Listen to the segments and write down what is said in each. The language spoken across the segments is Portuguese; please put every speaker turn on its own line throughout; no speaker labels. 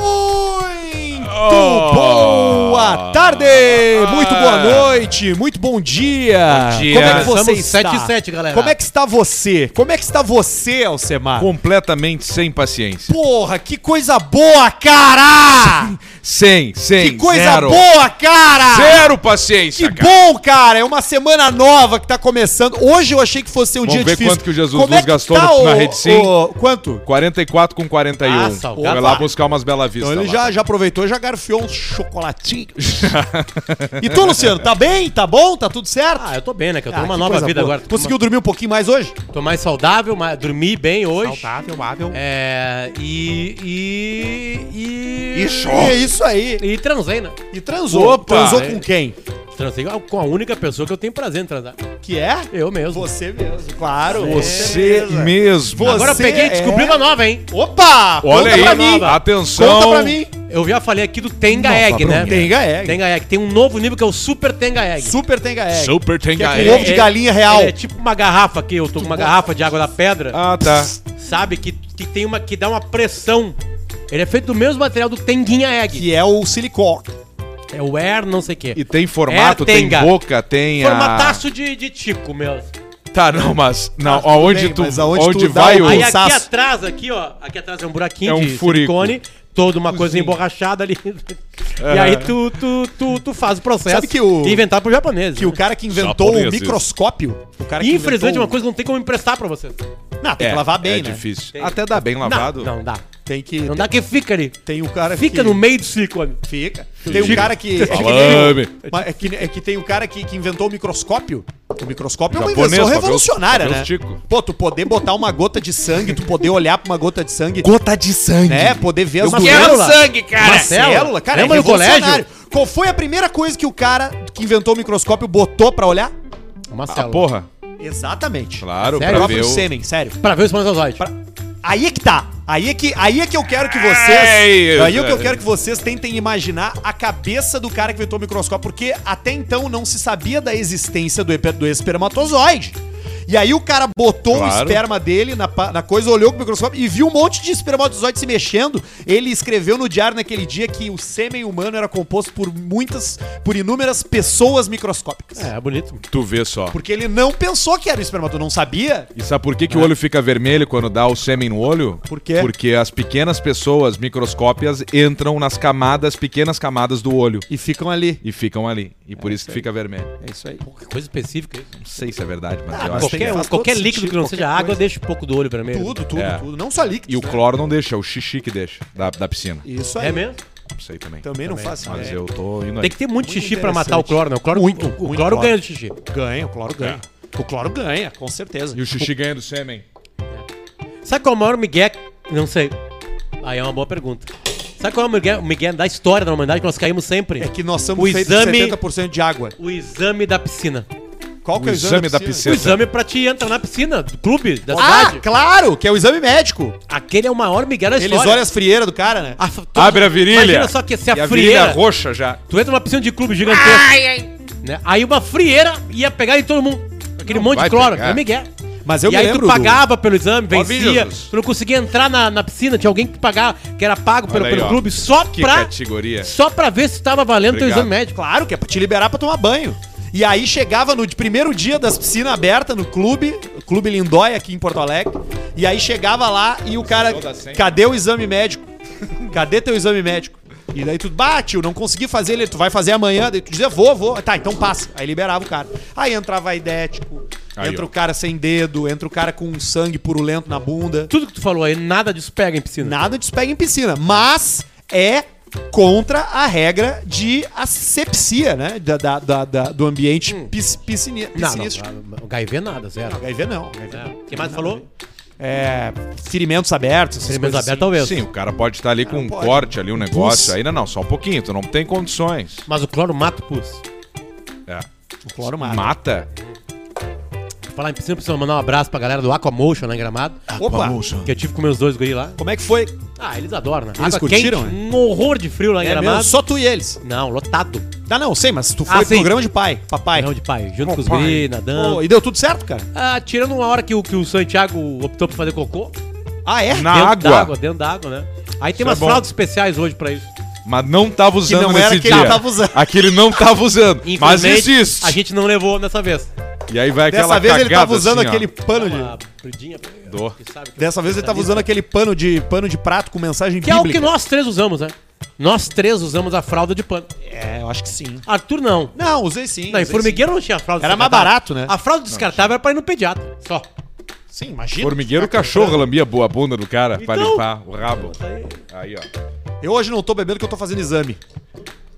Muito
Oh.
boa tarde, muito boa noite, muito bom dia.
Ah. Bom dia.
Como é que você
Estamos
está?
7 e 7, galera.
Como é que está você? Como é que está você, Alcemar?
Completamente sem paciência.
Porra, que coisa boa, cara!
Sem, sem.
Que coisa
zero.
boa, cara!
Zero paciência.
Que
cara.
bom, cara! É uma semana nova que tá começando. Hoje eu achei que fosse um
Vamos
dia
ver
difícil.
quanto que o Jesus
Como é
Luz
que tá
gastou no- na Rede Sim.
o- Quanto?
44 com 41.
Ah, salgado.
Foi lá buscar umas Bela Vista.
Então ele
lá.
já, já aproveitou e já garfiou uns chocolatinhos. e tu, Luciano, tá bem? Tá bom? Tá tudo certo?
Ah, eu tô bem, né? Que eu tô
Ah,
numa
que
nova
coisa
vida
boa.
agora. Tô
Conseguiu dormir um pouquinho mais hoje?
ma- Tô mais saudável, mais... dormi bem hoje.
Saudável, ável. É.
É. E. E. E.
Ixi.
É isso aí.
E transei, né?
E transou.
Opa.
transou
É.
com quem?
Transei com a única pessoa que eu tenho prazer em transar.
Que é?
Eu mesmo.
Você mesmo, claro.
Você
É mesmo.
mesmo.
Você-
Agora eu peguei e descobri
é-
uma nova, hein?
Opa!
Olha
conta
aí,
pra mim.
nova.
atenção.
Conta pra mim.
Eu já falei aqui do Tenga
Nova
Egg, né?
Bruna.
Tenga egg.
Tenga Egg. Tem um novo nível que é o Super Tenga Egg.
Super tenga egg.
Super
Que é
Tenga
com
Egg.
ovo de galinha real. Tipo
Ele é tipo uma garrafa aqui, eu tô com uma garrafa de água da pedra.
Ah, tá.
sabe? Que, que tem uma que dá uma pressão. Ele é feito do mesmo material do Tenguinha Egg.
Que é o silicone.
É o Air não sei o quê.
E tem formato,
É,
tem
Tenga.
boca, tem a...
Formataço de, de tico mesmo.
Tá, não, mas... Não,
Mas Ah, tudo
aonde
bem,
tu...
mas aonde
onde
tu dá
vai
o-
o...
Aí aqui
saço.
atrás, aqui, ó. Aqui atrás é um buraquinho
É um
de
furico.
silicone. Toda uma coisa emborrachada ali. E aí tu, tu, tu, tu faz o processo.
Sabe que o-
E inventar pro japonês.
Que o cara que inventou o
Japoneses.
microscópio. O cara
E infelizmente
inventou
uma coisa não tem como emprestar pra você.
o- Não, tem que lavar bem,
é
né?
difícil.
Tem.
Até dá bem lavado.
Não, não dá.
Tem que.
Não dá que fica ali.
Tem o cara
Fica
que...
no meio do silicone.
Fica. Tem um
Fica.
cara que. É que,
Salame.
tem, o- mas é que, é que tem o cara que, que inventou o microscópio. O microscópio é uma
Japonês,
invenção
pra ver os-
revolucionária,
pra ver
né?
os tico.
Pô, tu poder botar uma gota de sangue, tu poder olhar pra uma gota de sangue,
Gota de sangue.
né? Poder ver as
Eu quero
sangue,
Uma
cara.
célula, cara,
Lembra
é
do colégio?
revolucionário. Qual foi a primeira coisa que o cara que inventou o microscópio botou pra olhar?
Uma
Ah,
célula.
porra.
Exatamente.
Claro,
Sério?
pra
Próprio
ver o...
sêmen, sério.
Pra ver o espermatozoide.
Pra- Aí é que tá. Aí é que, aí é que eu quero que vocês.
É isso.
aí é que eu quero que vocês tentem imaginar a cabeça do cara que inventou o microscópio, porque até então não se sabia da existência do, epe- do espermatozoide. E aí o cara botou o
Claro.
esperma dele na, pa- na coisa, olhou com o microscópio e viu um monte de espermatozoide se mexendo. Ele escreveu no diário naquele dia que o sêmen humano era composto por muitas, por inúmeras pessoas microscópicas.
É, é bonito.
Tu vê só.
Porque ele não pensou que era o espermatozoide, não sabia
E sabe por que, que o olho fica vermelho quando dá o sêmen no olho?
Por quê?
Porque as pequenas pessoas microscópias entram nas camadas, pequenas camadas do olho.
e ficam ali.
E ficam ali. E por isso que fica vermelho.
É isso aí.
Que coisa específica isso.
Não sei se é verdade, mas
Ah,
eu
mas
acho
tem
que é.
Qualquer,
faz todo
qualquer líquido
sentido,
que não
qualquer
seja água,
coisa.
deixa um pouco do olho pra mim.
Tudo, tudo,
É.
tudo. Não só líquidos.
E o
né?
cloro não deixa, é o xixi que deixa da, da piscina.
Isso aí.
É mesmo?
Não sei também.
Também não faz É.
Mas
ideia.
eu tô indo aí.
Tem que ter muito, xixi pra
interessante.
matar o cloro, né? O cloro,
Muito,
o,
muito
o cloro
cloro.
ganha do xixi.
Ganha, o cloro ganha. O cloro ganha, com certeza.
E o xixi ganha do sêmen.
Sabe qual é o maior migué? Não sei. Aí é uma boa pergunta. Sabe qual é o migué, o migué da história da humanidade que nós caímos sempre?
É que nós somos
O
feitos
exame-
de 70% de água.
O exame da piscina.
Qual que é o
O
exame,
exame da
O
piscina.
exame pra te entrar na piscina do clube, da
Ah,
cidade.
claro, que é o exame médico.
Aquele é o maior migué da história.
Eles olham as frieiras do cara, né?
A f- todo-
Abre a virilha.
Imagina só que
E
se a,
virilha
é
frieira...
roxa já.
Tu entra numa piscina de clube gigantesca. Né? Aí uma frieira ia pegar em todo mundo. Aquele
Não
monte de
vai
cloro.
pegar.
É Miguel.
Mas eu
e
me
aí
lembro
tu
do-
pagava pelo exame,
Ó,
vencia.
Jesus.
Tu não conseguia entrar na, na piscina, tinha alguém que pagava, que era pago pelo,
Olha aí,
pelo
ó.
clube só
Que
pra.
categoria.
Só pra ver se tava valendo teu
Obrigado.
exame médico.
Claro que é pra te liberar pra tomar banho. E aí chegava no primeiro dia das piscinas abertas no clube, Clube Lindóia aqui em Porto Alegre. E aí chegava lá e o cara,
Precisou da senha?
cadê o exame médico? Cadê teu exame médico? E daí tu, bah, tio, não consegui fazer ele, tu vai fazer amanhã. Daí tu dizia, vou, vou. Tá, então passa. Aí liberava o cara. Aí entrava aidético,
Aí,
entra
ó.
o cara sem dedo, entra o cara com sangue purulento na bunda.
Tudo que tu falou aí, nada disso pega em piscina.
Nada de pega em piscina, mas é contra a regra de asepsia, né? Da, da- da- da- do ambiente pis, piscini-
Hum. Não, não,
piscinístico.
O HIV nada, zero.
HIV não. HIV não.
É. Quem mais falou?
É, ferimentos abertos. essas
Experimento
coisas
aberto, talvez.
assim, Sim, o cara pode estar ali com um
pode.
corte ali, um negócio.
Pus.
Ainda não, só um pouquinho. Tu não tem condições.
Mas o cloro mata o pus.
É.
assim. O cloro mata.
Mata?
Pra Falar em piscina, preciso mandar um abraço pra galera do Aquamotion lá em Gramado.
Opa!
Que eu tive com meus dois guri lá.
Como é que foi?
Ah, eles adoram, né?
Eles curtiram, né?
um horror de frio lá em
É
Gramado.
mesmo? Só tu e eles.
Não, lotado.
Ah, não, sei, mas tu foi
Ah, sim.
programa de pai, papai.
Não, de pai, junto
Ô,
com os
pai.
guri, nadando.
Pô, e deu tudo certo, cara?
Ah, tirando uma hora que o, que o Santiago optou por fazer cocô.
Ah, é?
Na
dentro
água.
d'água, dentro d'água, né? Aí tem
Isso é
umas
bom.
fraldas especiais hoje pra isso.
Mas não tava usando
não
nesse
era que
dia.
ele tava usando.
Aquele não tava usando. Mas
Infelizmente,
existe.
A gente não levou nessa vez.
E aí vai aquela
Dessa vez ele
cagada
tava usando
assim, ó.
aquele pano
Uma
de.
prudinha pra-
Dou.
que sabe que eu
Dessa
sou
vez ele tava
especialista.
usando aquele pano de pano de prato com mensagem
Que é o
bíblica.
que nós três usamos, né? Nós três usamos a fralda de pano.
É, eu acho que sim.
Arthur não.
Não, usei sim.
Não, em
usei
formigueiro não tinha fralda
Era mais
descartável.
barato, né? Tá
A fralda descartável era pra ir no pediatra, só.
sim. Sim, imagina. Tá,
Formigueiro, o cachorro lambia a boa bunda do cara pra
Então.
limpar o rabo. Aí, ó.
Eu hoje não tô bebendo que eu tô fazendo exame.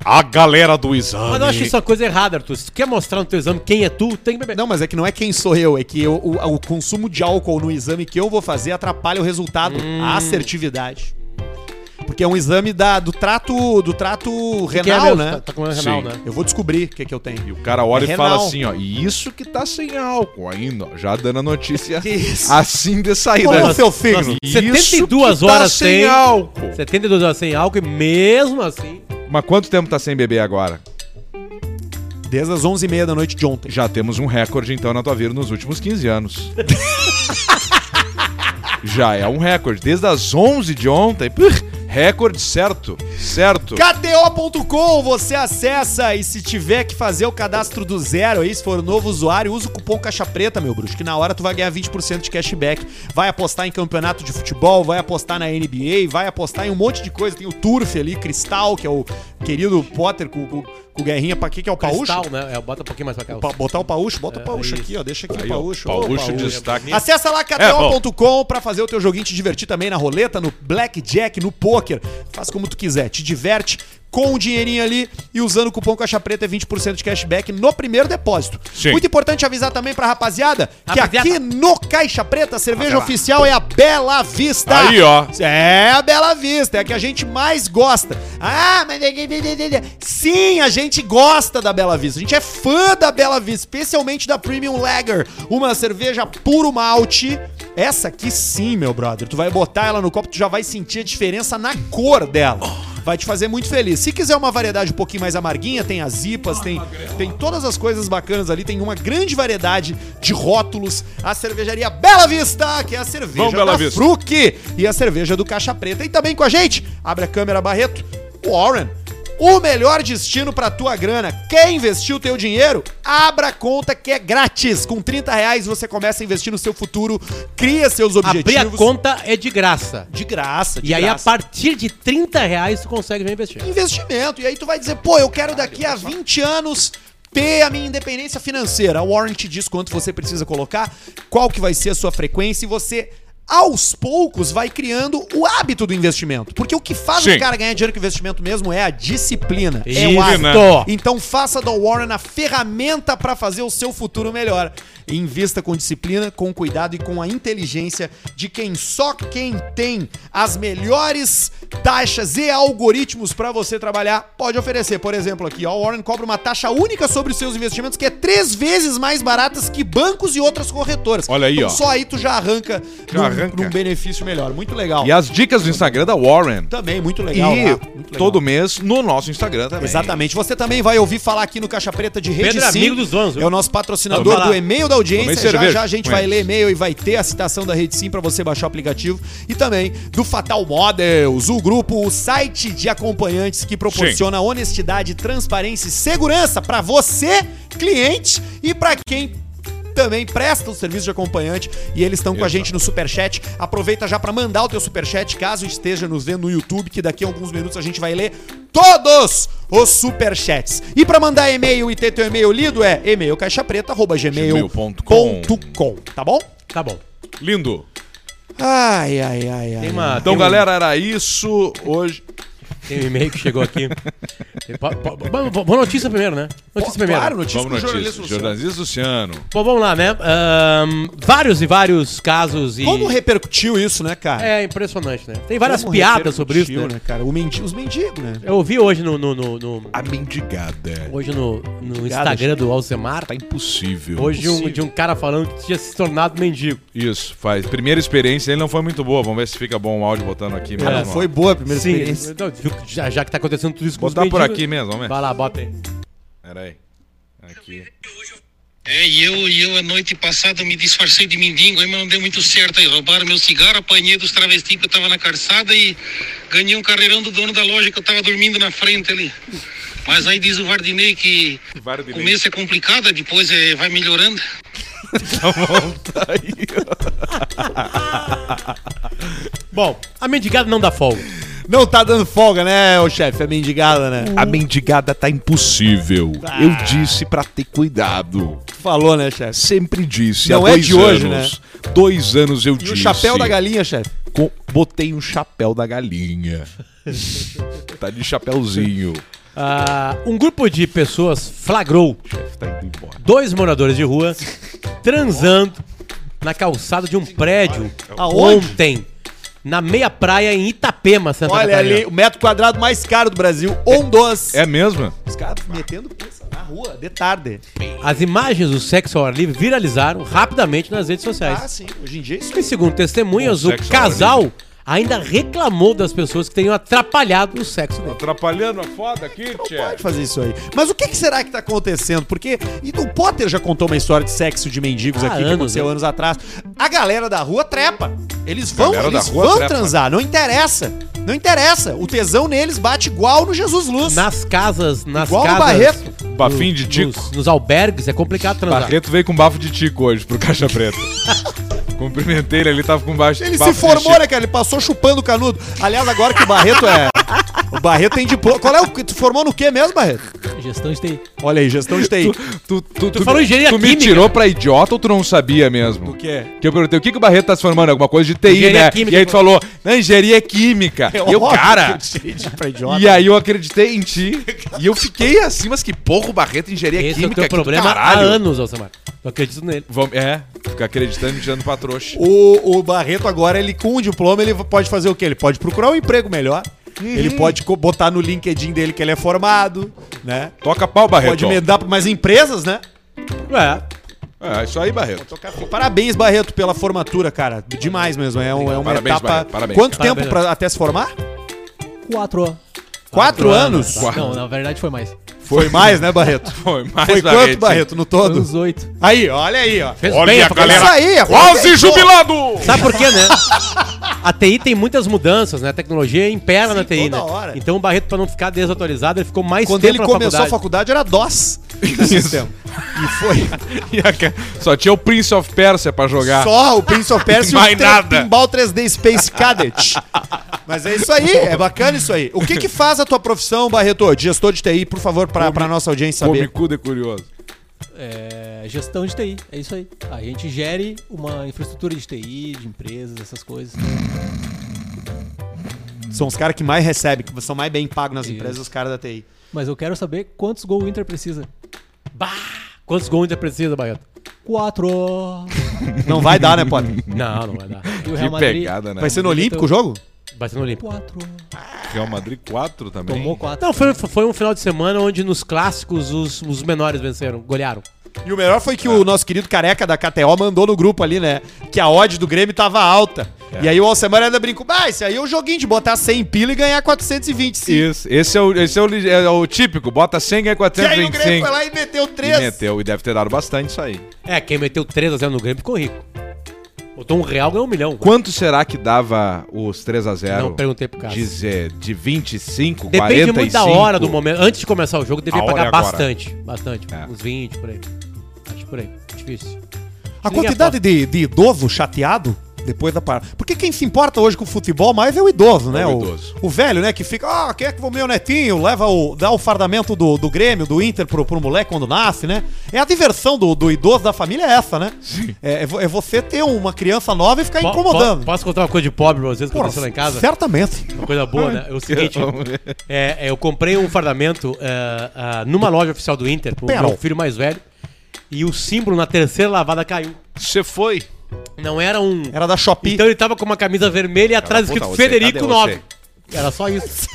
A galera do exame.
Mas eu acho isso uma coisa errada, Arthur. Se tu quer mostrar no teu exame quem é tu, tem que beber.
Não, mas é que não é quem sou eu, é que eu- o, o consumo de álcool no exame que eu vou fazer atrapalha o resultado,
Hum.
a assertividade. Porque é um exame da, do trato do trato
Que é
renal,
mesmo,
né?
Tá, tá com
Sim.
renal, né?
Eu vou descobrir o que, que eu tenho.
E o cara olha
É
e fala
renal.
assim, ó. E isso que tá sem álcool ainda, ó. Já dando a notícia
Que isso?
assim de saída.
Como é o
né?
seu signo?
Isso
72
que
horas
tá sem
sem-
álcool.
72 horas sem álcool e mesmo assim.
Mas quanto tempo tá sem beber agora?
Desde as 11h30 da noite de ontem.
Já temos um recorde, então, na tua vida nos últimos 15 anos. Já é um recorde. Desde as 11 de ontem. puf, recorde certo. Certo.
KTO.com, você acessa e se tiver que fazer o cadastro do zero aí, se for novo usuário, usa o cupom Caixa Preta, meu bruxo, que na hora tu vai ganhar 20% de cashback. Vai apostar em campeonato de futebol, vai apostar na NBA, vai apostar em um monte de coisa. Tem o Turf ali, Cristal, que é o querido Potter com, com, com o Guerrinha. Pra que que é o Paúcho?
Cristal, né? É, bota um pouquinho mais pra cá.
Pa- botar o Paúcho? Bota o Paúcho
isso.
aqui, ó, deixa aqui
É, Aí,
o
ó,
Paúcho. Ô,
Paúcho
Paúcho.
destaque.
Acessa lá
É bom.
KTO.com pra fazer o teu joguinho te divertir também na roleta, no blackjack, no poker. Faz como tu quiser, te diverte com o dinheirinho ali e usando o cupom Caixa Preta é 20% de cashback no primeiro depósito.
Sim.
Muito importante avisar também pra rapaziada que
Rapaziada.
aqui no Caixa Preta a cerveja
Rapaziada.
oficial é a Bela Vista.
Aí, ó.
É a Bela Vista, é a que a gente mais gosta. Ah, mas. Sim, a gente gosta da Bela Vista. A gente é fã da Bela Vista, especialmente da Premium Lager, uma cerveja puro malte. Essa aqui sim, meu brother. Tu vai botar ela no copo, tu já vai sentir a diferença na cor dela. Vai te fazer muito feliz. Se quiser uma variedade um pouquinho mais amarguinha, tem as IPAs, tem, tem todas as coisas bacanas ali, tem uma grande variedade de rótulos. A cervejaria Bela Vista, que é a cerveja
Vamos, Bela
da
Vista.
Fruc e a cerveja do Caixa Preta. E também com a gente, abre a câmera Barreto, Warren. O melhor destino para tua grana. Quer investir o teu dinheiro? Abra a conta que é grátis. Com 30 reais você começa a investir no seu futuro, cria seus objetivos.
Abrir a conta é de graça.
de graça. De
e aí, a
graça.
partir de 30 reais, tu consegue já investir.
investimento. E aí tu vai dizer, pô, eu quero daqui a 20 anos ter a minha independência financeira. A Warren te diz quanto você precisa colocar, qual que vai ser a sua frequência e você aos poucos vai criando o hábito do investimento. Porque o que faz
Sim.
o cara ganhar dinheiro com investimento mesmo é a disciplina. É
Isso. né?
o hábito.
né?
Ó.
Então faça da Warren a ferramenta para fazer o seu futuro melhor. Invista com disciplina, com cuidado e com a inteligência de quem só quem tem as melhores taxas e algoritmos para você trabalhar pode oferecer. Por exemplo, aqui, ó, a Warren cobra uma taxa única sobre os seus investimentos que é três vezes mais baratas que bancos e outras corretoras.
Olha aí,
Então,
ó.
Só aí tu já arranca,
Já
num,
arranca.
num benefício melhor. Muito legal.
E as dicas do Instagram da Warren.
Também, muito
E
Tá legal. lá. Muito legal.
todo mês no nosso Instagram também.
Exatamente. Você também vai ouvir falar aqui no Caixa Preta de Rede
Pedro é
Sim.
amigo dos donos, viu?
É o nosso
Vamos
patrocinador
falar.
do e-mail da
Tomei
audiência. Já
cerveja
já a gente
com
vai
eles.
ler e-mail e vai ter a citação da Rede Sim pra você baixar o aplicativo. E também do Fatal Models, o grupo, o site de acompanhantes que proporciona honestidade, transparência e segurança pra você, cliente, e pra quem também presta o serviço de acompanhante e eles estão com a
Exato.
gente no Superchat. Aproveita já pra mandar o teu Superchat, caso esteja nos vendo no YouTube, que daqui a alguns minutos a gente vai ler todos os Superchats. E pra mandar e-mail e ter teu e-mail lido é e-mailcaixapreta.gmail.com, tá bom?
Tá bom.
Lindo.
Ai, ai, ai, ai.
Tem, uma,
Então,
tem um-
galera, era isso hoje.
Tem um e-mail que chegou aqui. Tem pa- pa- vamos- Vamos notícia primeiro, né? Notícia primeiro.
Claro, notícia
Vamos
com o
notícias.
Luciano.
Jornalista Luciano.
Bom, vamos lá, né? Ahn, vários e vários casos e...
Como repercutiu isso, né, cara?
É impressionante, né? Tem várias
Como
piadas sobre isso,
repercutiu,
né?
cara? O menti- os mendigos, né?
Eu ouvi hoje no, no, no- no-
A mendigada.
hoje no, no Instagram do Alcemar,
Tá impossível.
hoje de um, de um cara falando que tinha se tornado mendigo.
Isso, faz. Primeira experiência, ele não foi muito boa. Vamos ver se fica bom o áudio botando aqui
É.
mesmo.
Cara,
ó.
foi boa a primeira experiência.
Então, viu, já, já que tá acontecendo tudo isso com
Botar por aqui mesmo, vamos ver.
Vai lá, bota aí.
Pera aí. Aqui.
É, e eu, e eu a noite passada me disfarcei de mendigo, aí, mas não deu muito certo. Aí roubaram meu cigarro, apanhei dos travestis que eu tava na calçada e ganhei um carreirão do dono da loja que eu tava dormindo na frente ali. Mas aí diz o Vardinei que o
Vardinei.
começo é complicado, depois é, vai melhorando.
Bom, a mendigada não dá folga.
Não tá dando folga, né, o chefe? É mendigada, né?
A mendigada tá impossível.
Tá.
Eu disse pra ter cuidado.
Falou, né, chefe?
Sempre disse.
Não
há
é
dois
de hoje, né?
anos, Dois anos eu
E
disse.
o chapéu da galinha, chefe?
com- botei um chapéu da galinha. tá de chapéuzinho.
Ah, um grupo de pessoas flagrou
Chefe, tá indo embora.
dois moradores de rua transando na calçada de um prédio
Aonde?
ontem, na meia praia em Itapema, Santa
Olha
Catarina.
ali, o metro quadrado mais caro do Brasil, um dos.
É mesmo?
Os caras metendo pizza na rua, de tarde.
As imagens do sexo ao ar livre viralizaram rapidamente nas redes
Ah,
sociais.
sim, hoje em dia é isso
E segundo testemunhas,
Bom,
o
sexo ao ar
casal ainda reclamou das pessoas que tenham atrapalhado o sexo dele.
Atrapalhando a foda aqui,
Não pode fazer isso aí. Mas o que, que será que tá acontecendo? Porque. E o Potter já contou uma história de sexo de mendigos
Há
aqui que
anos,
aconteceu
né?
anos atrás. A galera da rua trepa. Eles vão,
Galera da
eles
rua
vão
trepa.
transar. Não interessa. Não interessa. O tesão neles bate igual no Jesus Luz.
Nas casas, nas
Igual o
casas.
Barreto.
no-
Bafim de tico.
Nos, nos albergues é complicado transar.
Barreto veio com bafo de tico hoje pro Caixa Preta. Cumprimentei ele, ele tava com baixo
Ele se
bafo de
formou,
tico.
né, cara? Ele passou chupando o canudo. Aliás, agora que o Barreto é. O Barreto tem diploma. Qual é o que tu formou no quê mesmo, Barreto?
Gestão de TI.
Olha aí, gestão de TI.
Tu, tu, tu,
falou engenharia
tu me
química.
tirou pra idiota ou tu não sabia mesmo?
quê?
Que eu perguntei, o que, que o Barreto tá se formando? Alguma coisa de TI,
Engenharia
né?
química.
e aí tu falou, não, engenharia química. E eu,
É óbvio
cara...
que eu tirei de pra idiota.
E aí eu acreditei em ti. e eu fiquei assim, mas que porra o Barreto engenharia
Esse é o
química.
teu
que do
problema há
caralho.
anos, Alcemar. Eu acredito nele.
Vamos- é, ficar acreditando e me tirando pra trouxa.
O, o Barreto agora, ele com o diploma, ele pode fazer o quê? Ele pode procurar um emprego melhor.
Uhum.
Ele pode co- botar no LinkedIn dele que ele é formado, né?
Toca pau, Barreto.
Pode mandar para mais empresas, né?
É.
É, isso aí, Barreto.
Parabéns, Barreto, pela formatura, cara. Demais mesmo. É, um- é uma
Parabéns,
etapa.
Barreto, parabéns.
Quanto
Parabéns,
tempo pra, até se formar?
Quatro.
Quatro anos?
Tá.
Quatro.
Não, na verdade foi mais.
Foi mais, né, Barreto?
Foi mais,
Foi quanto, Barreto, no
Foi
todo?
uns oito.
Aí, olha aí, ó.
Fez
Olha
bem
a
a faculdade.
galera.
aí, ó.
Quase jubilado!
Sabe por quê, né? A TI tem muitas mudandas, né? A tecnologia impera na TI,
toda
né?
hora.
Então o Barreto, pra não ficar desatualizado, ele ficou mais
Quando
tempo
ele
na
começou a
faculdade.
faculdade era DOS.
Isso.
E foi.
E a ca- Só tinha o Prince of Persia pra jogar.
Só o Prince of Persia
Mais
e o tre-
nada.
Pinball 3D Space Cadet. Mas é isso aí, é bacana isso aí. O que que faz a tua profissão, Barreto? De Gestor de TI, por favor, pra, pra nossa audiência saber.
Comicudo é curioso.
É, gestão de TI, é isso aí. A gente gere uma infraestrutura de TI, de empresas, essas coisas.
São os caras que mais recebem, que são mais bem pagos nas
Isso.
empresas, os caras da TI.
Mas eu quero saber quantos Gol Inter precisa.
Quantos gols ainda precisa, Barreto?
Quatro.
Não vai dar, né, Potter?
Não, não vai dar.
E o
Que pegada, né?
Vai ser no Olímpico o jogo?
Vai ser no Olímpico.
Quatro.
Real Madrid 4 também.
Tomou quatro.
Não, foi, foi um final de semana onde nos clássicos os, os menores venceram, golearam.
E o melhor foi que
É.
o nosso querido careca da KTO mandou no grupo ali, né? Que a odd do Grêmio tava alta.
É.
E aí o Alcemar ainda brincou, bah, esse aí é o joguinho de botar 100 pila e ganhar 425.
Isso. Esse é o, esse é o, li- é o típico. Bota é 100, ganha
E aí o
425.
Grêmio foi lá e meteu
E
3.
meteu. E deve ter dado bastante isso aí.
É, quem meteu 3x0 no Grêmio ficou rico. Botou um real, ganhou um milhão.
Quanto será que dava os 3x0?
Não perguntei pro cara.
Dizer, de 25,
Depende
45?
muito da hora do momento. Antes de começar o jogo, devia
A hora
pagar
é agora.
bastante. Bastante.
É.
Uns 20 por aí. Acho por aí. Difícil.
A
Ninguém
quantidade de, de idoso chateado depois da parada. Porque quem se importa hoje com o futebol mais é o idoso, né?
o
o,
idoso.
o velho, né? Que fica, ah, quem é que o meu netinho leva o. dá o fardamento do, do Grêmio, do Inter pro, pro moleque quando nasce, né? É a diversão do, do idoso da família é essa, né? É, é vo- é você ter uma criança nova e ficar
Po-
incomodando.
po- posso contar uma coisa de pobre pra vocês que
Porra,
aconteceu lá em casa?
é
Certamente.
Uma coisa boa, né? É o seguinte, é, é, eu comprei um fardamento é, ah, numa loja oficial do Inter, pro
Pera.
meu filho mais velho, e o símbolo na terceira lavada caiu.
Você foi.
Não era um...
Era da Shopee.
Então ele tava com uma camisa vermelha e atrás
puta,
escrito
você,
Federico
cadê
9.
você?
Era só isso.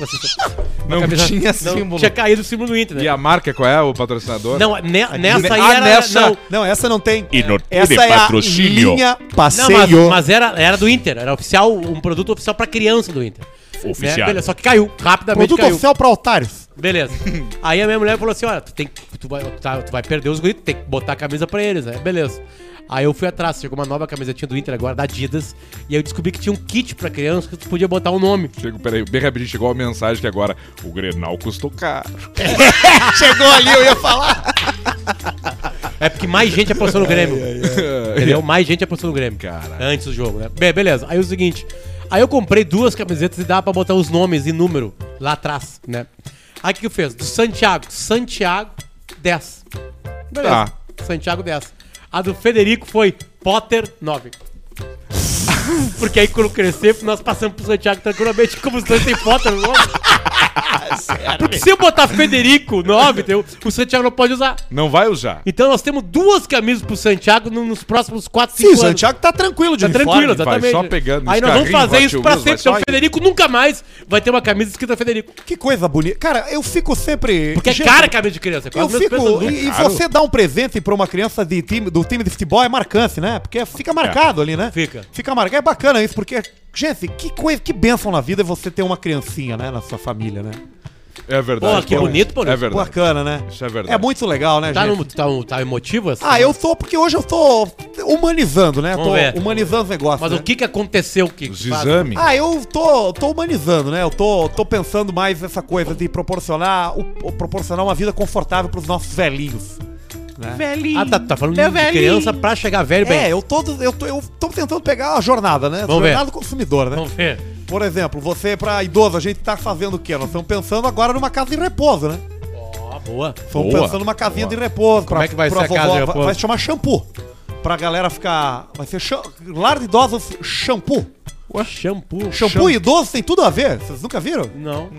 Uma
Não
camisa-
tinha
não,
símbolo.
Tinha caído o símbolo do Inter, né?
E a marca qual é, o patrocinador?
Não, ne- nessa aí
Ah,
era...
nessa-
Não,
Não, essa não tem.
E não tem
essa
de
é
patrocínio.
a linha
Não,
passeio.
mas, mas era, era do Inter, era oficial, um produto oficial pra criança do Inter.
Oficial.
Beleza, só que caiu, rapidamente
Produto
caiu.
oficial pra otários.
Beleza. Aí a minha mulher falou assim: olha, tu, tem, que- tu, vai, tu tá- tu vai perder os gritos, tem que botar a camisa pra eles, né? Beleza. Aí eu fui atrás, chegou uma nova camisetinha do Inter agora, da Adidas, e aí eu descobri que tinha um kit pra criança que tu podia botar o nome.
Chego, peraí, bem rapidinho, chegou a mensagem que agora o Grenal custou caro.
Chegou ali, eu ia falar.
É porque mais gente apostou no Grêmio. Entendeu? Mais gente apostou no Grêmio. Cara. Antes do jogo, né? Be- beleza. Aí o seguinte. Aí eu comprei duas camisetas e dava pra botar os nomes e número lá atrás, né? Aí o que que eu fiz? Do Santiago. Santiago 10. Beleza.
Tá.
Santiago 10. A do Federico foi Potter 9. Porque aí quando crescer, nós passamos pro Santiago tranquilamente como os dois têm Potter no nome. Porque se eu botar Federico 9, entendeu? o Santiago não pode usar.
Não vai usar.
Então nós temos duas camisas pro Santiago no- nos próximos 4, 5
Sim, o
anos.
Santiago tá tranquilo de
Tá
vai
tranquilo, exatamente.
só pegando
Aí
os
nós vamos
carrinhos,
fazer
Hot
isso pra
Wheels, vai
sempre. Então
só
o
indo.
Federico nunca mais vai ter uma camisa escrita Federico.
Que coisa bonita. Cara, eu fico sempre.
Porque
Gente,
é cara a camisa de criança. é quase
Eu
o mesmo
fico.
peso do-
E, e
Claro.
você dar um presente pra uma criança de time, do time de futebol é marcante, né? Porque
É.
fica marcado ali, né?
Fica.
Fica marcado. É bacana isso, porque. Gente, que coisa, que bênção na vida é você ter uma criancinha, né, na sua família, né?
É verdade.
Pô, que
Paulo.
bonito, Paulo.
É verdade.
Bacana, né?
Isso é verdade.
É muito legal, né,
Tá,
gente?
no, tá, no- tá emotivo assim?
Ah, eu tô, porque hoje eu tô humanizando, né?
Vamos
tô
ver.
humanizando os negócios.
Mas
né?
o que que aconteceu? Que
Os exames.
Ah, eu tô, tô humanizando, né? Eu tô, tô pensando mais nessa coisa de proporcionar, o, o- proporcionar uma vida confortável pros nossos velhinhos.
Ah, tá, tá falando
Meu
de
velhinho.
criança pra chegar velho bem.
É, eu tô, eu, tô, eu tô tentando pegar a jornada, né?
Vamos ver.
jornada do consumidor, né?
Vamos ver.
Por exemplo, você pra idoso, a gente tá fazendo o quê? Nós estamos pensando agora numa casa de repouso, né?
Ó, boa.
Estamos
Boa,
pensando numa casinha
boa.
de repouso.
Como é que vai ser a casa de
vai-
repouso?
Vai se chamar shampoo. Pra galera ficar... Vai ser cha- lar de idosos shampoo.
Shampoo.
Shampoo e idoso tem tudo a ver. Vocês nunca viram?
Não.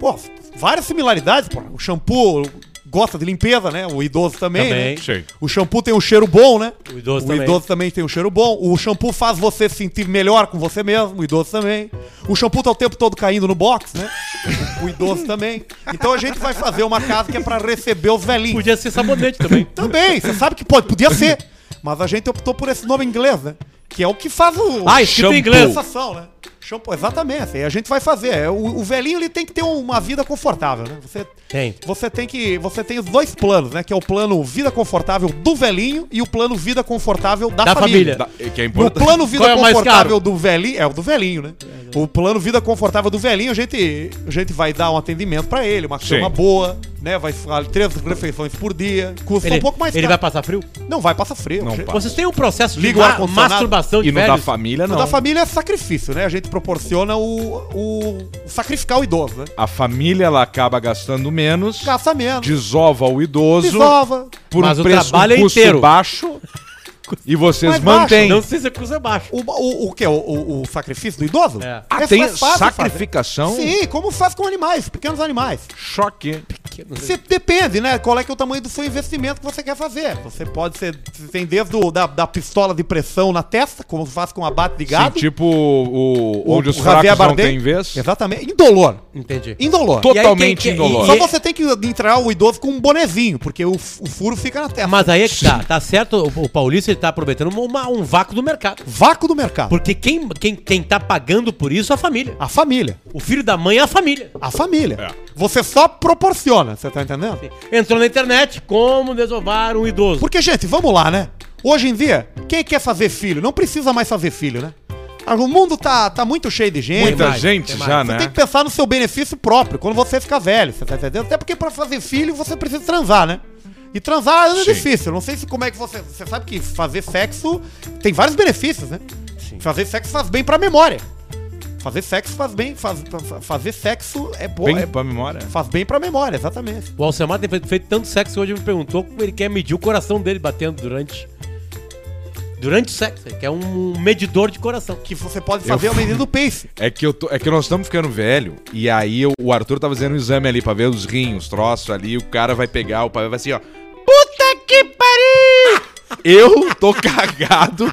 Pô, várias similaridades, pô. O shampoo gosta de limpeza, né? O idoso também.
Também.
né?
Sim.
O shampoo tem um cheiro bom, né?
O idoso também.
também tem um cheiro bom. O shampoo faz você se sentir melhor com você mesmo. O idoso também. O shampoo tá o tempo todo caindo no box, né? o idoso também. Então a gente vai fazer uma casa que é pra receber os velhinhos.
Podia ser sabonete também.
Também, você sabe que pode, podia ser. Mas a gente optou por esse nome inglês, né? Que é o que faz o.
Ah, escrito em inglês.
Sensação, né? Shampoo, exatamente. E a gente vai fazer. É, O, o velhinho ele tem que ter uma vida confortável, né? Você
Tem.
Você tem que você tem os dois planos, né? Que é o plano vida confortável do velhinho e o plano vida confortável da,
Da
família.
família.
Da- que é
No
importante.
plano vida
Qual é o mais
confortável
caro?
do velhinho, é o do velhinho, né? O plano vida confortável do velhinho, a gente, a gente vai dar um atendimento pra ele, uma cama
Sim.
boa, né? Vai falar três refeições por dia, custa
Ele,
um pouco mais
ele vai
caro.
passar frio?
Não vai passar frio.
Não
Gente,
passa.
Vocês têm um processo de
Liga o
ma-
ar-condicionado.
masturbação de
E no da
velhos?
família,
O
não.
da família é sacrifício, né? A gente proporciona o, o sacrificar o idoso, né?
A família, ela acaba gastando menos,
Gasta menos,
desova o idoso
desova.
por
Mas
um
o
preço
trabalho é
um custo
inteiro.
baixo e vocês
Mas baixo,
mantêm.
Não sei se é custa baixo.
O, o, o que? O, o, o sacrifício do idoso?
É.
Ah, tem
mais fácil fazer.
sacrificação?
Sim, como faz com animais, pequenos animais.
Choque.
Você depende, né? Qual é que é o tamanho do seu investimento que você quer fazer. Você pode ser. Você tem desde o, da, da pistola de pressão na testa, como faz com abate de
Sim,
gado.
tipo o, onde os
Javier
fracos não
Bardem.
têm vez.
Exatamente. Indolor.
Entendi.
Indolor.
Todo-
E aí,
Totalmente
quem- quem-
indolor.
e-
Só você tem que entrar o idoso com um bonezinho, porque o, f- o furo fica na testa.
Mas aí é que tá, tá certo, o, o Paulista ele tá aproveitando uma- um vácuo do mercado.
Vácuo do mercado.
Porque quem, quem, quem tá pagando por isso é a família.
A família.
O filho da mãe é a família.
A família.
É.
Você só proporciona, você tá entendendo?
Entrou na internet, como desovar um idoso.
Porque, gente, vamos lá, né? Hoje em dia, quem quer fazer filho? Não precisa mais fazer filho, né? Ah, O mundo tá, tá muito cheio de gente.
Muita
mais,
gente
tem
já,
mais.
Você
né?
tem que pensar no seu benefício próprio, quando você ficar velho, você tá entendendo? Até porque pra fazer filho você precisa transar, né? E transar é
Sim.
difícil. Não sei se como é que você. Você sabe que fazer sexo tem vários benefícios, né? Fazer sexo faz bem pra memória. Fazer sexo faz bem. faz- fa- fazer sexo é bom.
Bem
é-
pra memória.
faz bem pra memória, exatamente.
O Alcemar tem feito, feito tanto sexo que hoje me perguntou como ele quer medir o coração dele batendo durante. Durante o sexo, ele quer um medidor de coração.
Que você pode fazer ao medida do pace.
É que, eu tô- é que nós estamos ficando velho, e aí eu- o Arthur tá fazendo um exame ali pra ver os rins, os troços ali, o cara vai pegar, o pai vai assim, ó. Puta que pariu! Eu tô cagado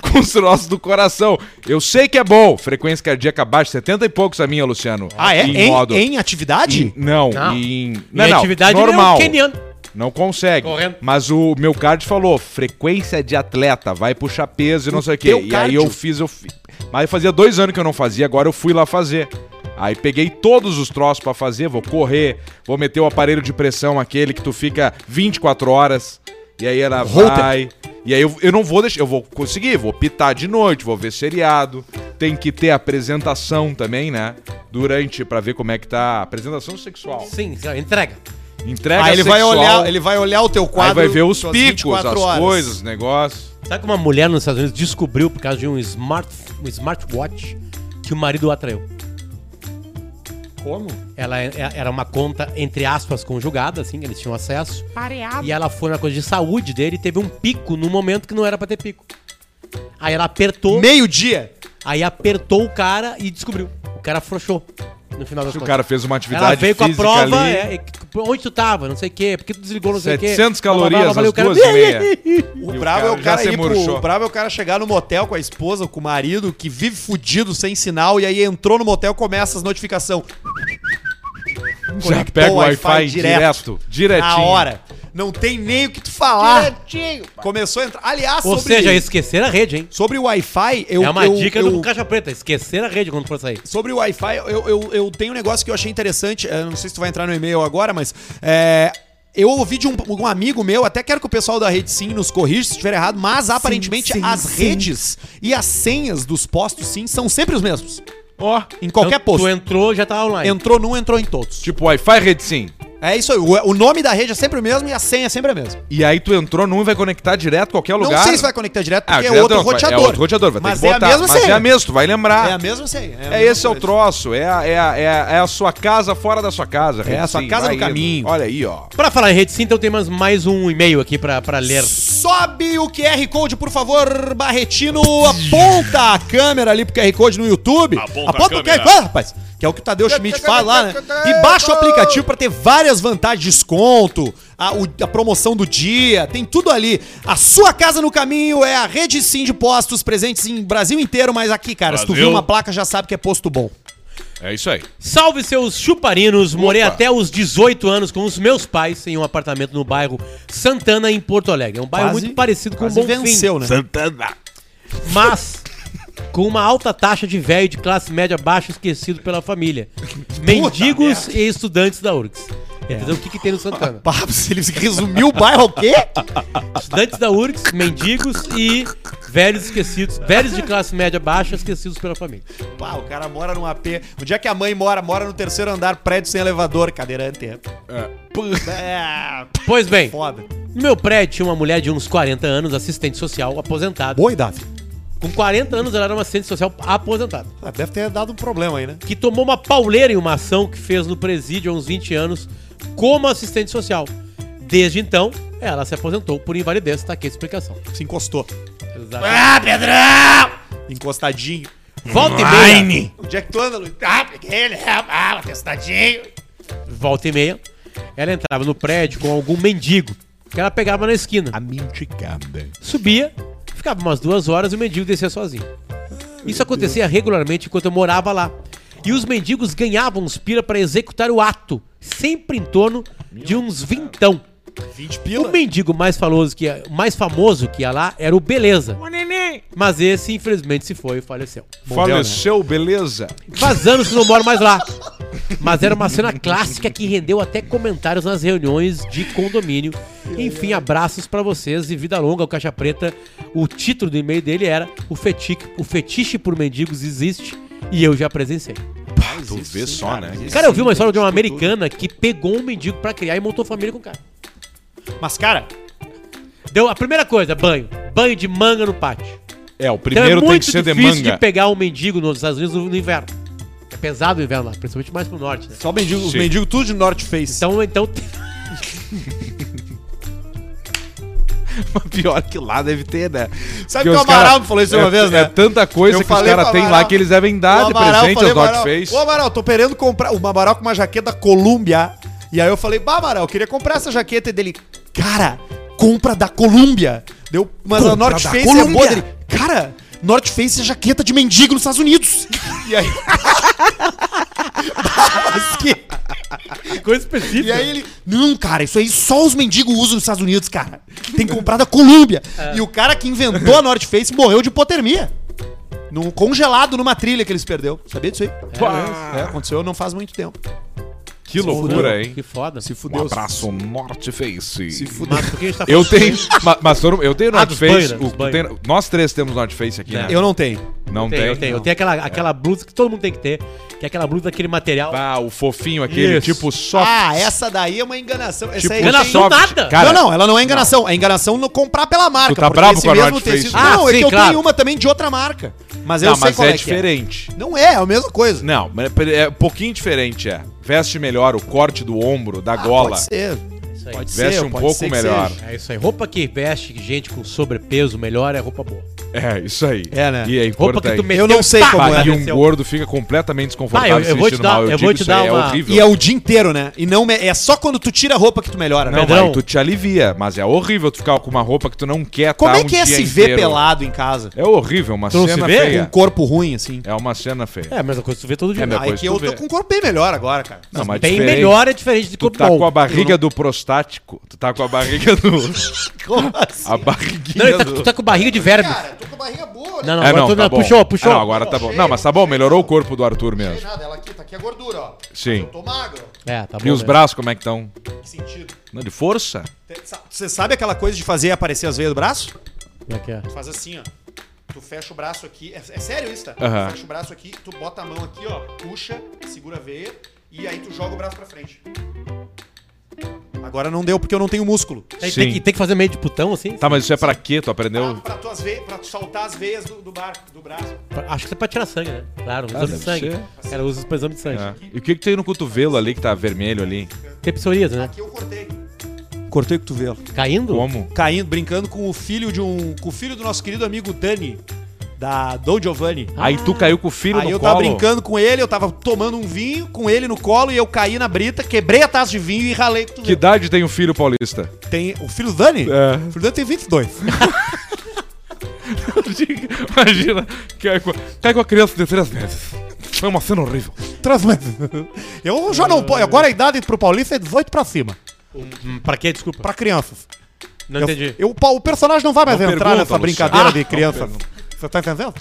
com os troços do coração. Eu sei que é bom. Frequência cardíaca baixa, 70 e poucos a minha, Luciano.
Ah, é?
Em
Em,
modo.
em atividade?
em- não,
Não.
em.
Minha
não, não,
atividade ele é um
normal.
keniano.
Não consegue.
Correndo.
Mas o meu cardio falou, frequência de atleta, vai puxar peso e não sei o quê.
teu
E aí
cardio?
eu fiz, eu fiz. Mas fazia dois anos que eu não fazia, agora eu fui lá fazer. Aí peguei todos os troços pra fazer, vou correr, vou meter o aparelho de pressão aquele que tu fica 24 horas. E aí ela vai. E aí eu, eu não vou deixar, eu vou conseguir, vou pitar de noite, vou ver seriado. Tem que ter apresentação também, né? Durante, pra ver como é que tá a apresentação sexual.
Sim, sim, entrega.
Entrega
Aí Ah, ele vai
sexual,
olhar, ele vai olhar o teu
aí
quadro.
vai ver os
suas
picos,
24
as
horas.
coisas, os negócios.
Sabe que uma mulher nos Estados Unidos descobriu por causa de um, smart, um smartwatch que o marido atraiu?
Como?
Ela é- era uma conta, entre aspas, conjugada, assim, que eles tinham acesso. Pareado. E ela foi na coisa de saúde dele e teve um pico no momento que não era pra ter pico. Aí ela apertou,
Meio-dia.
aí apertou o cara e descobriu. O cara afrouxou no final das
Se o
contas.
cara fez uma atividade
ela veio com a
física
prova,
ali,
é, é, onde tu tava, não sei o quê, por que tu desligou, não sei o quê.
700
blá, blá, blá,
calorias
blá, blá,
às
o cara-
duas e meia.
O
E o
bravo
cara
é o
já
cara
se
ir pro,
murchou.
o bravo é o cara chegar no motel com a esposa, com o marido, que vive fudido sem sinal, e aí entrou no motel começa as notificações.
Já
Conectou
pega o
o Wi-Fi
Wi-Fi direto, diretinho.
Na hora. Não tem nem o que tu falar. Começou a entrar. Aliás,
Ou seja, esquecer a rede, hein?
sobre o Wi-Fi, eu.
é uma
eu-
dica
eu-
do Caixa Preta, esquecer a rede quando for sair.
Sobre o Wi-Fi, eu, eu, eu tenho um negócio que eu achei interessante. eh, não sei se tu vai entrar no e-mail agora, mas. é, eu ouvi de um, um amigo meu, até quero que o pessoal da Rede Sim nos corrija se estiver errado, mas aparentemente
sim,
as
sim.
redes e as senhas dos postos Sim são sempre os mesmos.
Ó,
Em qualquer
Então,
posto.
Tu entrou, já tá online.
Entrou num, entrou em todos.
tipo Wi-Fi rede sim.
É isso aí. O, o nome da rede é sempre o mesmo e a senha é sempre a mesma.
E aí tu entrou num e vai conectar direto a qualquer lugar.
Não sei se vai conectar direto,
Ah,
porque é
direto
outro
não, vai-
roteador.
É outro roteador, vai
mas
ter que botar.
É a mesma
mas
senha.
é a mesma, tu vai lembrar.
É a mesma senha. a
É
mesma
esse é o
coisa.
troço, é a, é a, é a, é a sua casa fora da sua casa.
É a sua casa
vai
no caminho.
Olha aí, ó.
Pra falar em rede sim, então tem mais, mais um e-mail aqui pra, pra ler.
Sobe o QR Code, por favor, Barretino. Aponta a câmera ali pro QR Code no YouTube. Aponta, o QR Code, rapaz. Que é o que o Tadeu Schmidt faz lá, né? E baixa o aplicativo pra ter várias vantagens, desconto, a, o- a promoção do dia, tem tudo ali. A sua casa no caminho é a rede sim de postos presentes em Brasil inteiro, mas aqui, cara, se tu
Brasil.
viu uma placa já sabe que é posto bom.
É isso aí.
Salve seus chuparinos, morei
Opa.
até os 18 anos com os meus pais em um apartamento no bairro Santana, em Porto Alegre. É um bairro
Quase-
muito parecido com o
Quase
Bonfim,
venceu, né?
mas com uma alta taxa de velho de classe média baixa esquecido pela família. Mendigos e estudantes da URGS.
É.
Entendeu? O que, que tem no Santana?
Papo, se ele resumiu o bairro ao quê?
Estudantes da URGS, mendigos e velhos esquecidos, velhos de classe média baixa esquecidos pela família.
Pá, o cara mora num AP. Onde é que a mãe mora? Mora no terceiro andar, prédio sem elevador, cadeirante. É,
Pois bem,
foda.
no meu prédio tinha uma mulher de uns 40 anos, assistente social, aposentada.
Boa idade.
Com 40 anos ela era uma assistente social aposentada.
Ah, Deve ter dado um problema aí, né?
que tomou uma pauleira em uma ação que fez no presídio há uns 20 anos como assistente social. Desde então, ela se aposentou por invalidez, tá aqui a explicação.
Se encostou.
Exato.
Encostadinho.
Volta e meia,
Onde é que tu anda, Luiz? Ah, peguei ele. Ah, testadinho.
volta e meia, ela entrava no prédio com algum mendigo, que ela pegava na esquina.
mendigada.
Subia, ficava umas duas horas e o mendigo descia sozinho. Isso acontecia regularmente enquanto eu morava lá. E os mendigos ganhavam uns pira pra executar o ato, sempre em torno de uns vintão.
20
O
pila.
mendigo mais famoso que ia- mais famoso que ia lá era o Beleza. Mas esse, infelizmente, se foi e faleceu.
Faleceu, beleza?
Faz anos que não moro mais lá. Mas era uma cena clássica que rendeu até comentários nas reuniões de condomínio. Enfim, abraços pra vocês e vida longa ao Caixa Preta. O título do e-mail dele era O fetiche, o fetiche por mendigos existe e eu já presenciei.
Tu vê só, né?
Cara, eu vi uma história de uma americana que pegou um mendigo pra criar e montou família com o cara.
Mas, cara,
Deu a primeira coisa, banho. Banho de manga no pátio.
É, o
Então
primeiro
é
tem
muito
que ser de
difícil de,
manga.
pegar um mendigo nos Estados Unidos no, no inverno. É pesado o inverno lá, principalmente mais pro norte, né?
só mendigo, os
Sim.
mendigos tudo de North Face.
Então, então tem-
Pior que lá deve ter, né?
Sabe que
Porque
o
os cara-
Amaral me falou isso
é,
uma vez, né?
É tanta coisa
Eu
que os
falei
caras
pro
têm lá
Amaral.
que eles devem
O
dar de
Amaral,
presente
falei,
aos North
Amaral,
Face.
Ô, Amaral, tô querendo comprar. O Amaral com uma jaqueta Columbia. E aí eu falei, bah, Amaral, eu queria comprar essa jaqueta. E dele, cara, compra da Columbia. Deu, mas a
Compra
North
da
Face é boa
Columbia.
dele. Cara, North Face é jaqueta de mendigo nos Estados Unidos.
E aí,
Mas que-
coisa específica.
E aí ele, não, cara, isso aí só os mendigos usam nos Estados Unidos,
É.
cara. Tem que comprar da Columbia. E o cara que inventou a North Face morreu de hipotermia. Num, congelado numa trilha que eles perdeu. Sabia disso aí?
Pá!
É, aconteceu não faz muito tempo.
Que loucura, hein?
Que foda.
Se fudeu.
Um abraço Norte Face.
Se fudeu.
Mas por que a gente tá
Eu
falando
tenho.
disso?
ma- mas foram- eu tenho
Ah,
Norte
dos
Face.
banhos, né?
o-
Dos banhos.
tem- nós três temos Norte Face aqui,
É.
né?
Eu não tenho.
Não
Tenho,
tem.
eu tenho. Eu tenho aquela, aquela blusa que todo mundo tem que ter, que é aquela blusa daquele material.
Ah, o fofinho aquele,
Isso.
tipo soft.
Ah, essa daí é uma enganação. Essa
tipo
aí
enganação
tem-
soft.
nada.
Cara,
não, não, ela não é enganação. É enganação no comprar pela marca.
Tu tá
porque
bravo
esse
com a
mesmo
North
tecido-
Face.
Não,
Ah,
é
sim,
que eu
claro.
tenho uma também de outra marca. Mas eu
não,
sei
mas
qual
é,
é, que é.
diferente.
Não é, é a mesma coisa.
Não, mas é, é um pouquinho diferente, é. Veste melhor o corte do ombro, da gola.
Ah, Pode ser.
Isso aí.
Pode ser.
Veste um
pode
pouco
ser que
melhor.
seja.
É isso aí. Roupa que veste gente com sobrepeso melhor é roupa boa.
É, isso aí.
É, né?
E é
Roupa
importante.
que tu
Eu não sei
pá,
como é.
Pá, e um
emagreceu.
gordo fica completamente desconfortável
Tá. Ah, eu- eu vou te dar- eu
digo
vou te
isso aí,
dar uma-
É horrível.
E é o dia inteiro, né? E não me- é só quando tu tira a roupa que tu melhora, né?
Não,
Pedrão.
vai, tu te alivia, mas é horrível tu ficar com uma roupa que tu não quer
Como
tá
é que
um
é
dia
se ver
inteiro.
pelado em casa?
É horrível, uma
não
cena
se vê?
Com um
feia.
corpo ruim, assim.
É uma cena feia.
É, a mesma coisa que tu vê todo dia.
É, meu-
Ah, é
depois
que
tu
eu
vê.
tô com um corpo bem melhor agora, cara.
Não, mas
Bem
diferente.
melhor é diferente de
Tu
corpo
tá
bom.
com a barriga do prostático. Tu tá com a barriga do...
Como assim?
A barriguinha
Não, ele tá,
do...
tu tá com barriga de verme.
Cara, tô com a barriga boa, né?
Não, não,
É,
agora
não,
tu-
tá bom.
puxou,
Ah,
puxou.
não, agora tá bom. Não, mas tá bom, melhorou o corpo do Arthur mesmo.
Ela aqui, tá aqui a gordura, ó.
Sim.
Eu tô magro.
É, tá bom.
E os
né?
braços, como é que estão?
Que sentido.
Não, de força?
Você sabe aquela coisa de fazer aparecer as veias do braço?
Como é que é?
Tu faz assim, ó. Tu fecha o braço aqui. É, é sério isso, tá?
Aham.
Tu fecha o braço aqui, tu bota a mão aqui, ó. Puxa, segura a veia. E aí tu joga o braço pra frente. Agora não deu porque eu não tenho músculo.
Tem,
Sim.
tem que, tem que fazer meio de putão assim?
Tá, mas isso é pra quê? Tu aprendeu?
Ah,
Ah,
Pra, pra, tuas veias, pra tu soltar as veias do, do barco, do braço.
Acho que isso é pra tirar sangue, né? Claro, um
Ah,
exame de sangue.
deve
Cara, usa pra exame de sangue.
É. E o que que tem no cotovelo ali que tá vermelho ali?
Tem psoríase, né?
Aqui eu cortei. É. Cortei o cotovelo.
Caindo?
Como?
Caindo, brincando com o filho de um. Com o filho do nosso querido amigo Dani. Da Dom Giovanni.
Aí tu caiu com o filho
Aí
no
eu
colo.
tava brincando com ele, eu tava tomando um vinho com ele no colo e eu caí na brita, quebrei a taça de vinho e ralei tudo.
Que idade tem o filho paulista?
Tem o filho do Dani?
É.
O filho do Dani tem 22.
Imagina, cai com, cai com a criança de três meses. Foi uma cena horrível.
Três meses. Eu já não posso. Agora a idade pro Paulista é 18 pra cima.
Hum, Pra quê? Desculpa.
Pra crianças.
Não
Eu-
entendi.
eu- o pa- o personagem não vai mais
Não
entrar
pergunta,
nessa
Luciano.
brincadeira
Ah,
de
não
criança.
pergunta.
Você tá entendendo?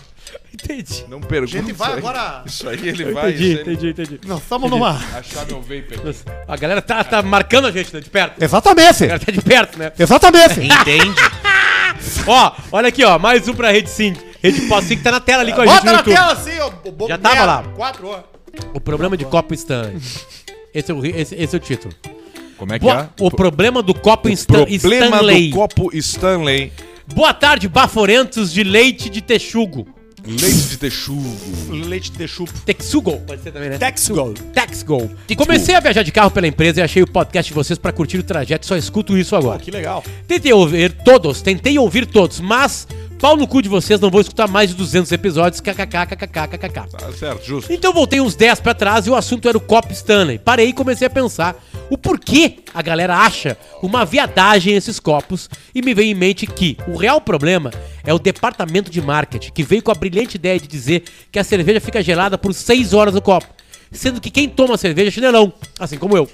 Entendi.
Não pergunta.
Gente, vai agora-
Isso aí ele vai.
Entendi,
isso aí-
entendi, entendi.
Nós estamos numa.
Achar meu vape aqui.
A galera tá, tá marcando a gente, né? De perto.
Exatamente!
A galera tá de perto, né?
Exatamente!
Entende? ó, olha aqui, ó. Mais um pra Rede Sim. Rede Pós Sim que tá na tela ali com a gente
Bota
no
na
YouTube.
tela assim, ô ô, bobo
Já tava
merda.
lá.
Quatro horas.
O problema de copo Stanley. Esse é o, ri- esse, esse é o título.
Como é que
Boa-
é?
o problema do copo Stan,
Problema
Stanley.
do copo Stanley.
Boa tarde, baforentos de leite de texugo.
Leite de texugo.
Leite de chupo.
Texugo, pode ser também, né?
Texgol.
Texugo. Comecei a viajar de carro pela empresa e achei o podcast de vocês pra curtir o trajeto. Só escuto isso agora.
Que legal.
Tentei ouvir todos, tentei ouvir todos, mas pau no cu de vocês, não vou escutar mais de 200 episódios, kkkkkkkkk.
Tá certo, justo.
Então voltei uns 10 pra trás e o assunto era o Cop Stanley. Parei e comecei a pensar o porquê a galera acha uma viadagem esses copos e me veio em mente que o real problema é o departamento de marketing, que veio com a brilhante ideia de dizer que a cerveja fica gelada por 6 horas no copo, sendo que quem toma cerveja é chinelão, assim como eu.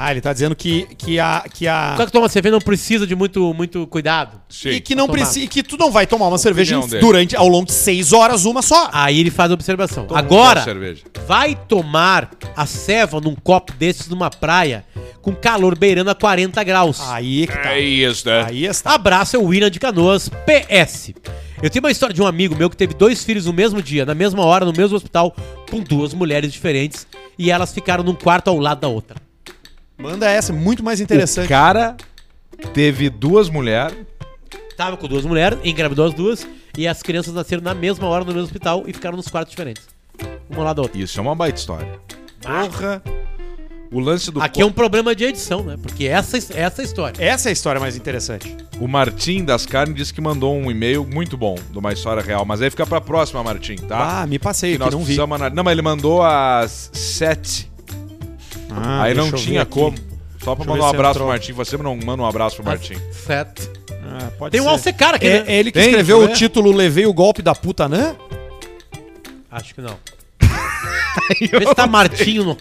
Ah, ele tá dizendo que, que a. Que a...
Só que toma cerveja não precisa de muito, muito cuidado.
Sim.
E que não
Tomar.
precisa, e que tu não vai tomar uma cerveja em-
dele.
durante ao longo de seis horas uma só.
Aí ele faz a observação.
Todo mundo
Agora,
gosta de cerveja.
vai tomar a ceva num copo desses numa praia com calor beirando a 40 graus.
Aí que tá.
É isso, né?
Aí está.
Abraço, é o William de Canoas, PS. Eu tenho uma história de um amigo meu que teve dois filhos no mesmo dia, na mesma hora, no mesmo hospital, com duas mulheres diferentes, e elas ficaram num quarto ao lado da outra.
Manda essa, é muito mais
O
interessante.
cara teve duas mulheres.
Tava com duas mulheres, engravidou as duas, e as crianças nasceram na mesma hora, no mesmo hospital, e ficaram nos quartos diferentes. Uma ao lado da outra.
Isso é uma baita história. Porra. O lance do
Aqui é um problema de edição, né? Porque essa, essa é a história.
Essa é a história mais interessante.
O Martim das Carnes disse que mandou um e-mail muito bom de uma história real, mas aí fica pra próxima, Martim, tá?
Ah, me passei,
que
que
nós
não vi.
precisamos analisar. Não, mas ele mandou às sete.
Ah,
aí não
deixa eu ver
tinha
aqui.
como.
Deixa
Só pra
eu ver
mandar um
se
abraço
entrou.
pro Martim. Você não manda um abraço pro Martim.
Certo.
Ah, pode
Tem um
ser.
Alcecar aqui, né?
É, é ele que
Tem,
escreveu
deixa eu
o
ver.
título Levei o golpe da puta, né?
Acho que não. Vê se tá Martinho no.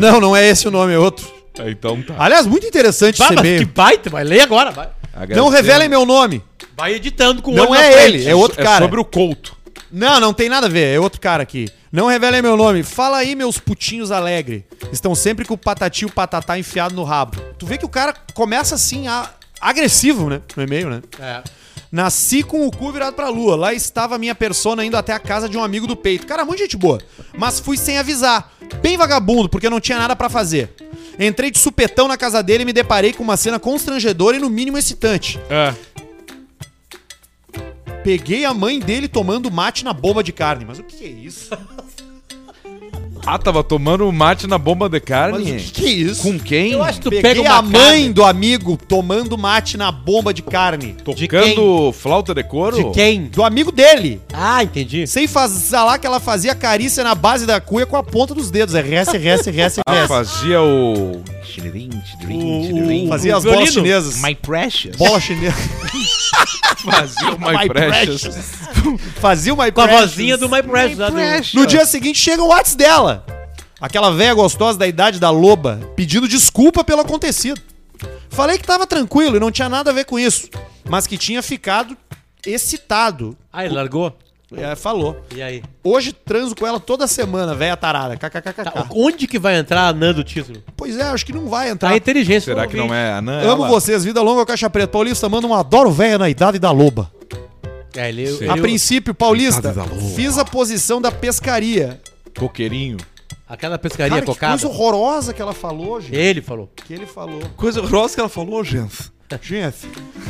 Não, não é esse o nome, é outro.
Então tá.
Aliás, muito interessante
Bah,
esse
mas que
e-mail.
baita, mas lê agora. Vai.
Ah,
Não revelem meu nome.
Vai editando com o
Não
olho na
é
frente.
ele, é outro cara.
sobre o Couto.
Não, não tem nada a ver. É outro cara aqui. Não revelem meu nome. Fala aí, meus putinhos alegre. Estão sempre com o patati e o patatá enfiado no rabo. Tu vê que o cara começa assim, a- agressivo, né? No e-mail, né?
É.
Nasci com o cu virado pra lua. Lá estava a minha persona indo até a casa de um amigo do peito. Cara, muito gente boa. Mas fui sem avisar. Bem vagabundo, porque eu não tinha nada pra fazer. Entrei de supetão na casa dele e me deparei com uma cena constrangedora e no mínimo excitante. Peguei a mãe dele tomando mate na bomba de carne. Mas o que é isso?
Ah, tava tomando mate na bomba de
Mas o
carne?
que que é isso?
Com quem?
Eu acho que tu
Peguei
pega uma
a mãe do amigo tomando mate na bomba de carne.
De
Tocando flauta de couro?
carne de quem?
Do amigo dele.
Ah, entendi.
Sem falar lá que ela fazia carícia na base da cuia com a ponta dos dedos. É res, res, res,
Ah,
res.
fazia o...
O- o- Fazia as
violino.
bolas chinesas.
My Precious.
Bola chinesa.
Fazia o My,
My
Precious.
Fazia o My
Com a
Precious.
vozinha do My Precious. lá do-
No dia seguinte chega o WhatsApp dela. Aquela velha gostosa da idade da loba, pedindo desculpa pelo acontecido. Falei que tava tranquilo e não tinha nada a ver com isso, mas que tinha ficado excitado.
Ah, ele largou?
É, falou.
E aí?
Hoje transo com ela toda semana, velha tarada. KKKK.
Tá, onde que vai entrar a Nan do título?
Pois é, acho que não vai
Tá
entrar.
a inteligência.
Será que não é a Nan?
Amo
Ela-
vocês, vida longa, caixa preta. Paulista manda um adoro velha na idade da loba.
É, ele, ele,
A princípio, Paulista,
Idade da loba.
fiz a posição da pescaria.
Coqueirinho.
Aquela pescaria
Cara, que
cocada. É.
coisa horrorosa que ela falou, gente.
Ele falou.
Que ele falou.
Coisa grossa que ela falou, gente.
Gente,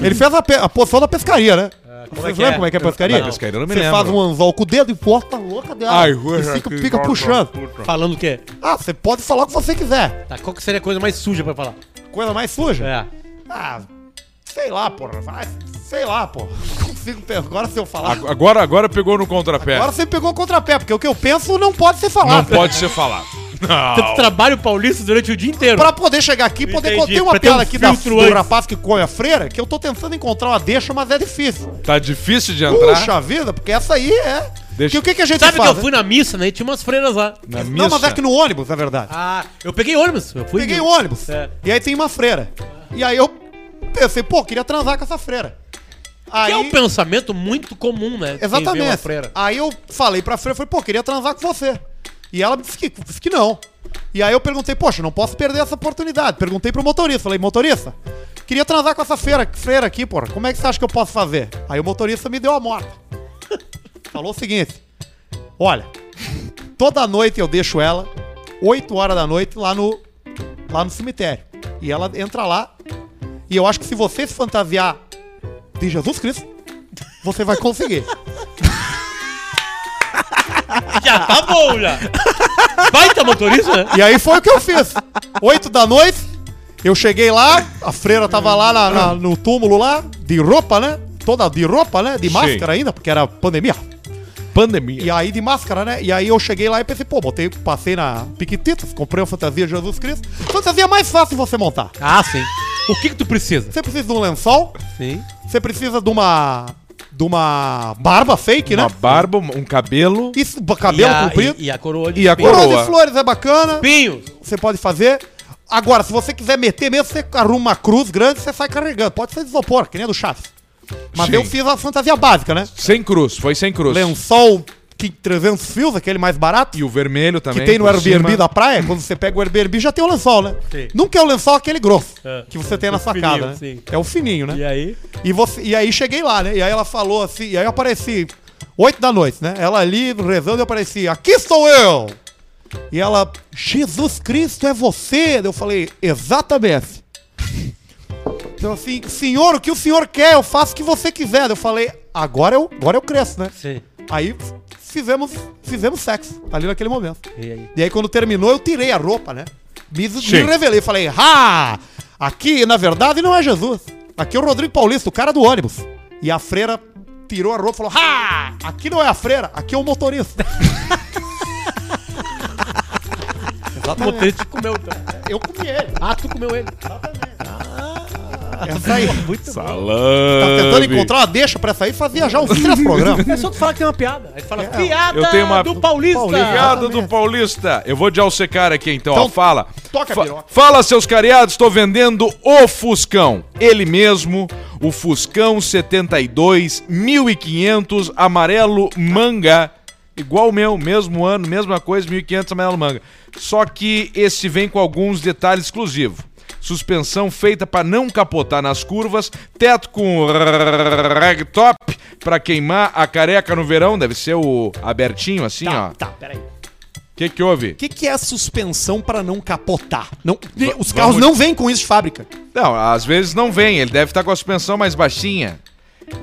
ele fez a, pe a posição da pescaria, né?
como
Como
é
é
que é?
como é que é a pescaria?
Não,
pescaria eu não me
Você
lembro.
faz um anzol com o dedo e porta a louca dela.
Ai,
e fica, fica puxando.
Falando o quê?
Ah, você pode falar o que você quiser.
Tá, qual que seria a coisa mais suja pra falar?
Coisa mais suja.
É.
Ah, sei lá, porra. Vai, sei lá, porra. Não consigo pensar. Agora se eu falar... Agora,
Agora, agora pegou no contrapé.
você pegou o contrapé, porque o que eu penso não pode ser
É. Não
falado.
pode ser falado.
Tanto trabalho paulista durante o dia inteiro.
Pra poder chegar aqui, poder
Entendi,
ter uma
pra ter um
piada aqui da,
filtro
do
antes.
rapaz que come a freira, que eu tô tentando encontrar uma deixa, mas é difícil.
Tá difícil de entrar.
Puxa vida, porque essa aí é...
Deixa-
Que o que, que a gente
Sabe que
faz?
eu fui na missa, né? E tinha umas freiras lá.
Na
Não, mas
missa.
é que no ônibus, na verdade.
Ah, eu peguei ônibus. Eu fui
Peguei o ônibus.
É.
E aí tem uma freira. E aí eu pensei, pô, queria transar com essa freira. Aí,
Que é um pensamento muito comum, né? Quem vê uma
exatamente.
freira.
Aí eu falei pra freira, falei, pô, queria transar com você. E ela me disse que, disse que não. E aí eu perguntei, poxa, não posso perder essa oportunidade. Perguntei pro motorista, falei, motorista, queria transar com essa freira, freira aqui, porra. Como é que você acha que eu posso fazer? Aí o motorista me deu a morta. Falou o seguinte, olha, toda noite eu deixo ela, 8 horas da noite, lá no, lá no cemitério. E ela entra lá. E eu acho que se você se fantasiar de Jesus Cristo, você vai conseguir.
Já tá bom, já. Baita motorista, né?
e aí foi o que eu fiz. 8 da noite, eu cheguei lá, a freira tava lá na- na- no túmulo lá, de roupa, né? Toda de roupa, né? De
Sim. É.
máscara ainda, porque era pandemia.
Pandemia.
E aí de máscara, né? E aí eu cheguei lá e pensei, pô, botei, passei na Piquititas, comprei uma fantasia de Jesus Cristo. Fantasia mais fácil você montar.
Ah, sim. O que que tu precisa?
Você precisa de um lençol,
Sim.
Você precisa de uma. de uma barba fake,
Uma
né?
barba, um cabelo.
Isso, ba- cabelo
e a,
comprido.
E, e a coroa de
E a
Coroa
coroa.
de flores é bacana.
espinhos.
Você pode fazer. Agora, se você quiser meter mesmo, você arruma uma cruz grande você sai carregando. Pode ser de isopor, que nem a do Chaves. Mas
Sim.
eu fiz a fantasia básica, né?
Sem cruz, foi sem cruz.
Lençol que 300 fios, aquele mais barato.
E o vermelho também.
que tem no
por
Airbnb
cima.
da praia, quando você pega o Airbnb, já tem o lençol, né?
Sim.
Nunca é o lençol aquele grosso
É.
que você tem
O
na sua
fininho,
casa, né?
sim.
É o fininho, né?
E aí?
E, você, e aí cheguei lá, né? E aí ela falou assim, e aí eu apareci, 8 da noite, né? Ela ali rezando e eu apareci, aqui sou eu! E ela, Jesus Cristo é você! Eu falei, exatamente. Então assim, senhor, o que o senhor quer? Eu faço o que você quiser. Eu falei, agora eu, agora eu cresço, né?
Sim.
Aí fizemos, fizemos sexo ali naquele momento.
E aí?
E aí quando terminou, eu tirei a roupa, né? Me, me
Sim.
revelei, falei, ha! Aqui, na verdade, não é Jesus. Aqui é o Rodrigo Paulista, o cara do ônibus. E a freira tirou a roupa e falou, ha! Aqui não é a freira, aqui é o motorista.
O motorista comeu, então.
Eu comi ele.
Ah, tu comeu ele.
Essa aí.
Muito bom.
Tá
Salame.
tentando encontrar uma deixa pra essa aí, fazia já uns três programas.
É só tu falar que tem uma piada. Aí tu
É.
fala, piada
eu tenho uma-
do Paulista.
Paulista.
Obrigado do Paulista. Eu vou de alcecar aqui então.
Então,
ó, fala.
toca a
Fa-
piroca.
fala, seus cariados, estou vendendo o Fuscão. Ele mesmo, o Fuscão 72 1500 amarelo manga. Igual o meu, mesmo ano, mesma coisa, 1500 amarelo manga. Só que esse vem com alguns detalhes exclusivos. Suspensão feita para não capotar nas curvas, teto com ragtop para queimar a careca no verão, deve ser o abertinho assim, ó.
Tá, peraí.
O que que houve?
O que, que é a suspensão pra não capotar? Não, os carros não vêm com isso de fábrica.
Não, às vezes não vem, ele deve estar com a suspensão mais baixinha.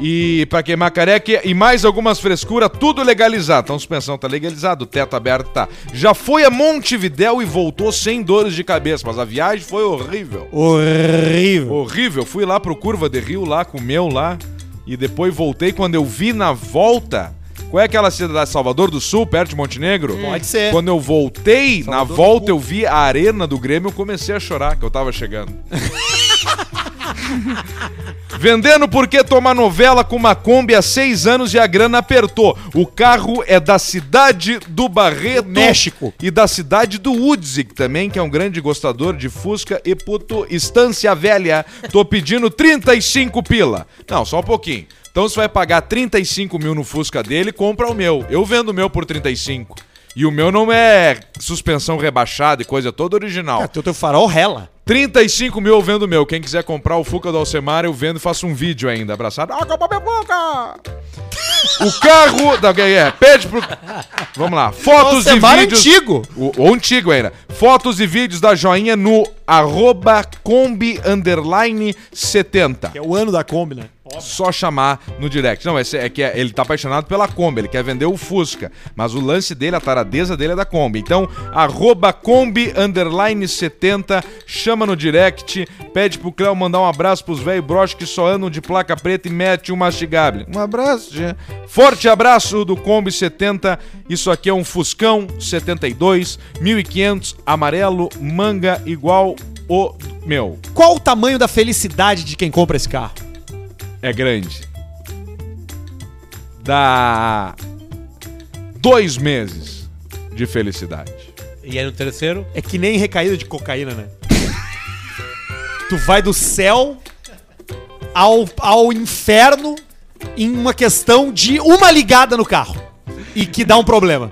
E pra queimar careca e mais algumas frescuras, tudo legalizado. Então a suspensão tá legalizada, o teto aberto tá. Já foi a Montevidéu e voltou sem dores de cabeça, mas a viagem foi horrível.
Horrível.
Horrível, fui lá pro Curva de Rio, lá com o meu lá, e depois voltei quando eu vi na volta. Qual é aquela cidade? Salvador do Sul, perto de Montenegro?
Hum. Pode ser.
Quando eu voltei, na volta eu vi a arena do Grêmio, eu comecei a chorar que eu tava chegando. Vendendo porque tomar novela com uma Kombi há seis anos e a grana apertou. O carro é da cidade do Barreto.
Do México.
E da cidade do Udzik também, que é um grande gostador de Fusca e puto Estância Velha. Tô pedindo 35 pila. Não, só um pouquinho. Então você vai pagar 35 mil no Fusca dele, compra o meu. Eu vendo o meu por 35. E o meu não é suspensão rebaixada e coisa toda original.
Ah, teu, teu farol rela.
35 mil eu vendo o meu. Quem quiser comprar o Fuca do Alcemar, eu vendo e faço um vídeo ainda. Abraçado. Ah, compra minha boca! O carro. Da, é, é, pede pro. Vamos lá. Fotos e
Alcemar é
vídeos.
antigo.
O, o antigo ainda. Fotos e vídeos da joinha no arroba combi underline 70.
Que é o ano da Kombi, né?
Só chamar no direct. Não, esse é que é- ele tá apaixonado pela Kombi, ele quer vender o Fusca. Mas o lance dele, a taradeza dele é da Kombi. Então, arroba Kombi underline 70, chama no direct, pede pro Cléo mandar um abraço pros velho broche que só andam de placa preta e mete um mastigable. Um abraço, Jean. Forte abraço do Kombi 70. Isso aqui é um Fuscão 72, 1500, amarelo, manga igual o meu.
Qual o tamanho da felicidade de quem compra esse carro?
é grande. Dá dois meses de felicidade.
E aí no terceiro,
É que nem recaída de cocaína, né? tu vai do céu ao, ao inferno em uma questão de uma ligada no carro. E que dá um problema.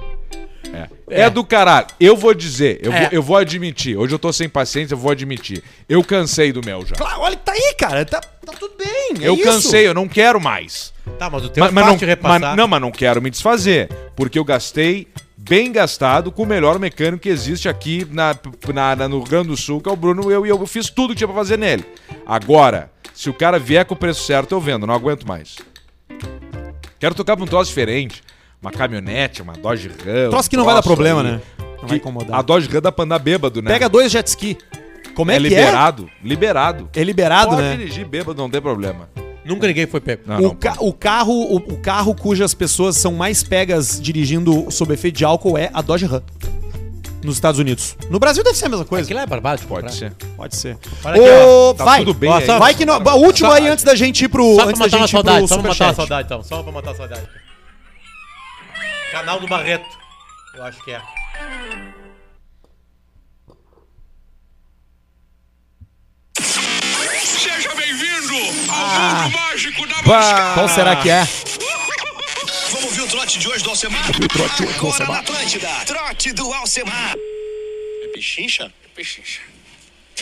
É. do caralho. Eu vou dizer, eu,
É.
vou, eu vou admitir. Hoje eu tô sem paciência, eu vou admitir. Eu cansei do meu já.
Claro, olha, tá aí, cara. Tá, tá tudo bem. é
eu
isso.
cansei, eu não quero mais.
tá, mas o teu
Mas,
é
mas
fácil de
não,
repassar.
mas- não, mas não quero me desfazer. Porque eu gastei bem gastado com o melhor mecânico que existe aqui na, na- na- no Rio Grande do Sul, que é o Bruno. Eu, e eu fiz tudo que tinha pra fazer nele. Agora, se o cara vier com o preço certo, eu vendo. Não aguento mais. Quero tocar pra um troço diferente. Uma caminhonete, uma Dodge Ram.
Troço que não
um
vai dar
troço
problema,
aí.
né? Não vai
Que
incomodar.
a Dodge Ram dá pra andar bêbado, né?
Pega dois jet ski. Como é,
é
que
liberado. Liberado.
é? É liberado,
Pode
né?
dirigir bêbado, não tem problema.
Nunca ninguém foi pego.
Não,
O,
não.
ca- o carro, o, o carro cujas pessoas são mais pegas dirigindo sob efeito de álcool é a Dodge Ram. Nos Estados Unidos. No Brasil deve ser a mesma coisa.
Aquilo é barbado de comprar.
Pode ser.
Pode ser.
Olha aqui,
Ô,
Tá
vai.
tudo bem
Ó,
aí.
só-
Vai que não. O último aí antes da gente ir pro.
Só pra
antes da
matar uma
gente ir pro
tá saudade, só pra matar uma
superchat.
saudade, então. Só pra matar a saudade. Canal do Barreto. Eu acho que é.
Seja bem-vindo ao mundo mágico da
Qual será que é?
Vamos ver o trote de hoje do Alcemar? O trote Agora do Alcemar. na Atlântida. Trote do Alcemar. É pechincha? É pechincha.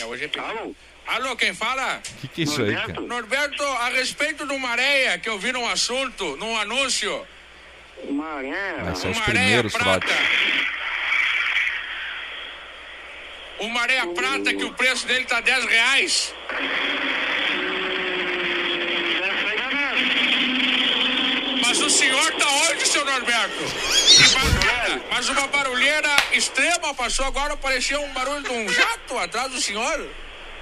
É, hoje é pechincha. Alô? quem fala?
O que, que é isso aí, cara?
Norberto, a respeito do Maréia, que eu vi num assunto, num anúncio.
Ah, são os
Uma areia
primeiros trotes.
Uma areia prata que o preço dele tá 10 reais. Mas o senhor tá onde, seu Norberto? Que bacana. Mas uma barulheira extrema passou agora, parecia um barulho de um jato atrás do senhor.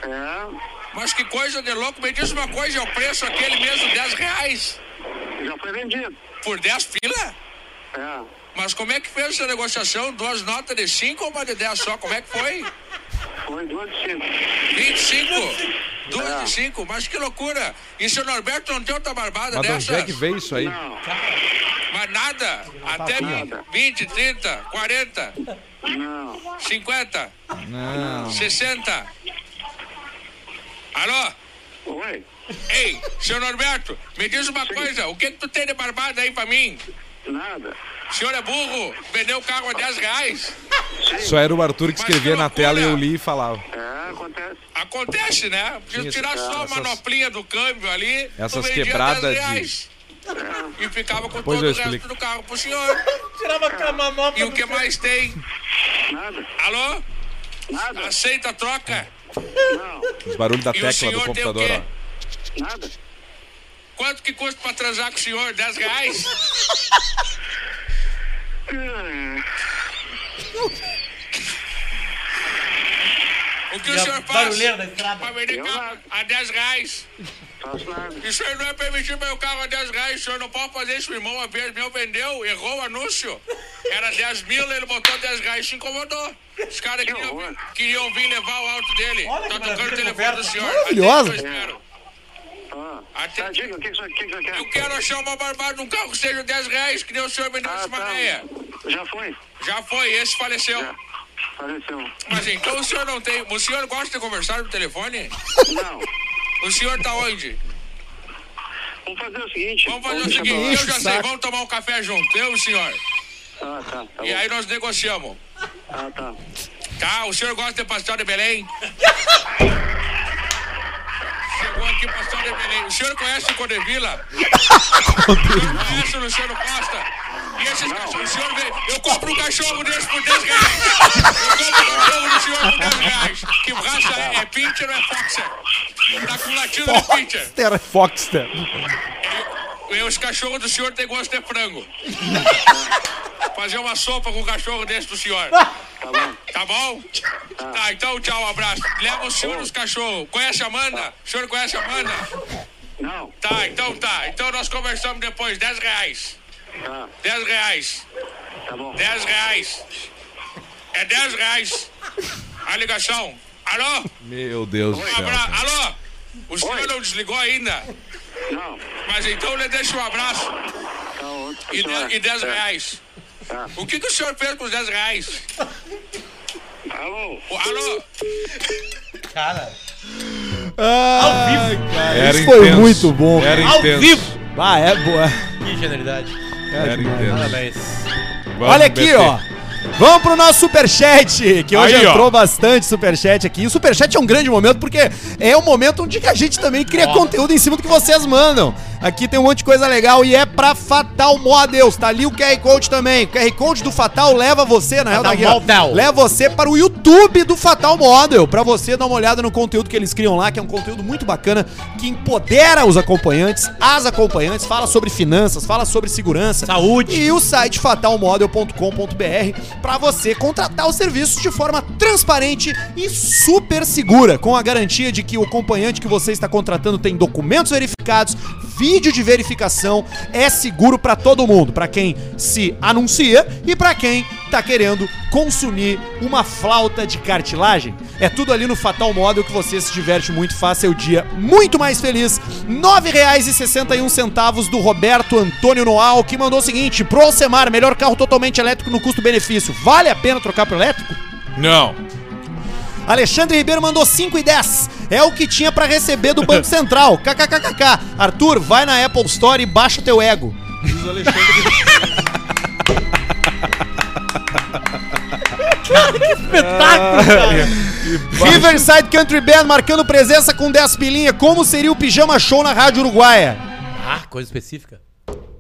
É,
Mas que coisa de louco. Me diz uma coisa, é o preço aquele mesmo, 10 reais.
já foi vendido.
Por 10 pila?
É.
Mas como é que fez essa negociação? Duas notas de 5 ou uma de 10 só? Como é que foi?
Foi duas de cinco.
25? Duas de 5? Mas que loucura! E seu Norberto não tem outra barbada
Mas de onde
dessa?
é que veio isso aí?
Não,
Mas nada! Até
Tá
nada.
20, 30, 40,
não.
50, 60. Alô? Oi?
Ei, seu Norberto, me diz uma coisa, o que, que tu tem de barbada aí pra mim?
Nada.
O senhor é burro, vendeu o carro a 10 reais.
Só era o Arthur que
Mas
escrevia
que
na
loucura.
tela e eu li e falava.
É, acontece.
Acontece, né? Preciso
Isso,
tirar só a
essas-
manoplinha do câmbio ali. tu
essas
vendia
quebradas
10
de-
reais. E ficava com
Depois
todo
eu
o resto
explico.
do carro pro senhor.
Tirava a manopla
E o que mais tem?
Nada.
Alô?
Nada.
Aceita a troca?
Não.
Os barulhos da
E o
tecla do
senhor tem o
computador,
quê?
ó.
Nada.
Quanto que custa pra transar com o senhor? 10 reais?
Ah,
O que o senhor faz
barulheira tá da estrada.
pra vender
Eu
carro
nada.
a 10 reais?
Faço nada.
O senhor não é permitir meu carro a 10 reais, o senhor não pode fazer isso, meu irmão. Uma vez meu vendeu, errou o anúncio. Era 10 mil, ele botou 10 reais e se incomodou. Os caras
Que
queriam,
horror.
queriam vir levar o auto dele.
Olha que
tá tocando
maravilha,
o telefone
conversa.
do senhor.
Maravilhosa.
Atende que eu espero.
Ó.
Até-
Tá, diga, o que que você o que que você quer?
Eu quero achar uma barbada num carro que seja 10 reais, que nem o senhor vendeu
Ah,
essa maneia.
tá. Já foi?
Já foi, esse faleceu.
Já. Faleceu.
Mas então o senhor não tem. O senhor gosta de conversar no telefone?
Não.
O senhor tá onde?
Vamos fazer o seguinte.
Vamos fazer o
deixar pra lá.
seguinte, eu já
Enche o
sei,
saco.
vamos tomar um café junto, eu e o senhor.
Ah, tá. Tá
E
bom.
aí nós negociamos.
Ah, tá.
Tá, o senhor gosta de pastel de Belém? Chegou aqui pastel de Belém. O senhor conhece o Codevila? O senhor conhece o Luciano Costa? E esses cachorros, o senhor vê, eu compro um cachorro desse por 10 reais. Eu compro um cachorro do senhor por 10 reais. Que raça é? É pincher ou é foxer? Tá com latino de pincher.
Foxter, é Foxter.
E os cachorros do senhor têm gosto de frango. Fazer uma sopa com o cachorro desse do senhor.
Tá bom.
Tá bom? Tá, então tchau, um abraço. Leva o senhor nos cachorros. Conhece a Amanda? O senhor conhece a Amanda?
Não.
Tá, então tá. Então nós conversamos depois. 10 reais.
Tá.
10 reais.
Tá bom.
10 reais. É 10 reais. A ligação. Alô?
Meu Deus
Então
do
Um
céu.
abra...
cara.
Alô? O senhor não desligou ainda?
Não.
Mas então lhe deixa um abraço
Tá outro.
e 10, e 10 reais.
É. Tá.
O que, que o senhor fez com os 10 reais?
Alô?
O- Alô?
Ah,
é
cara,
Era
isso foi
intenso.
muito bom.
Era
cara.
intenso.
Ah, é boa.
Que genialidade.
Era intenso.
Parabéns.
Vamos,
Olha aqui,
BT.
ó. Vamos pro nosso superchat, que hoje
Aí, ó.
entrou bastante superchat aqui. E o superchat é um grande momento, porque é um momento onde a gente também cria conteúdo em cima do que vocês mandam. Aqui tem um monte de coisa legal e é pra Fatal Models. Tá ali o QR Code também. O QR Code do Fatal leva você, na real,
Fatal
da Guerra,
Model.
leva você para o YouTube do Fatal Model, pra você dar uma olhada no conteúdo que eles criam lá, que é um conteúdo muito bacana, que empodera os acompanhantes, as acompanhantes, fala sobre finanças, fala sobre segurança.
Saúde.
E o site fatalmodel.com.br para você contratar os serviços de forma transparente e super segura, com a garantia de que o acompanhante que você está contratando tem documentos verificados, vídeo de verificação, é seguro para todo mundo, para quem se anuncia e para quem tá querendo consumir uma flauta de cartilagem. É tudo ali no Fatal Model que você se diverte muito, faz seu dia muito mais feliz. R$ 9,61 do Roberto Antônio Noal, que mandou o seguinte: Pro Alcemar, melhor carro totalmente elétrico no custo-benefício. Vale a pena trocar pro elétrico?
Não.
Alexandre Ribeiro mandou 5 e 10. É o que tinha pra receber do Banco Central. KKKKK. Arthur, vai na Apple Store e baixa o teu ego. Riverside Country Band marcando presença com 10 pilinha. Como seria o pijama show na Rádio Uruguaia?
Ah, coisa específica.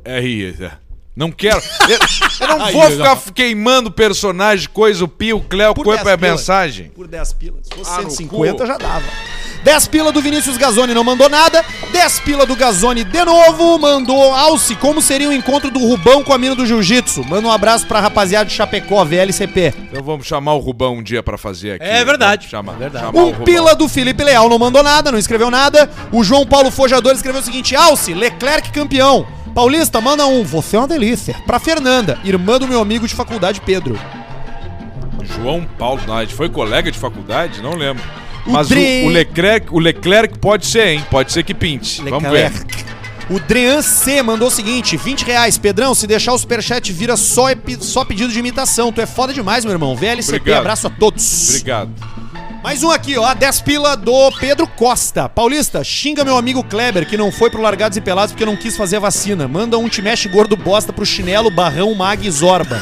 É isso. é. Não quero. Eu, eu não
Aí,
vou
eu
ficar queimando personagem, coisa, o Pio, o Cléo,
Por
coisa
dez
pra
pila.
mensagem.
Por 10 pilas. Se fosse
Ah, no
150
cu.
já dava. 10 pila do Vinícius Gazzoni não mandou nada. 10 pila do Gazzoni de novo. Mandou Alce. Como seria o encontro do Rubão com a mina do Jiu-Jitsu? Manda um abraço pra rapaziada de Chapecó, VLCP.
Então vamos chamar o Rubão um dia pra fazer aqui.
É verdade.
Vamos Chamar,
É verdade.
chamar o
Um
Rubão.
pila do Felipe Leal não mandou nada, não escreveu nada. O João Paulo Fojador escreveu o seguinte: Alce, Leclerc campeão. Paulista, manda um. Você é uma delícia. Pra Fernanda, irmã do meu amigo de faculdade, Pedro.
João Paulo. Não, a gente foi colega de faculdade? Não lembro.
O
Mas o,
Dre-
o Leclerc, o Leclerc pode ser, hein? Pode ser que pinte. Vamos ver.
Leclerc. O Drean C mandou o seguinte: 20 reais. Pedrão, se deixar o superchat, vira só, epi- só pedido de imitação. Tu é foda demais, meu irmão. VLCP,
Obrigado.
abraço a todos.
Obrigado.
Mais um aqui, ó. 10 pila do Pedro Costa. Paulista, xinga meu amigo Kleber, que não foi pro Largados e Pelados porque não quis fazer a vacina. Manda um te mexe gordo bosta pro chinelo, barrão, mag e zorba.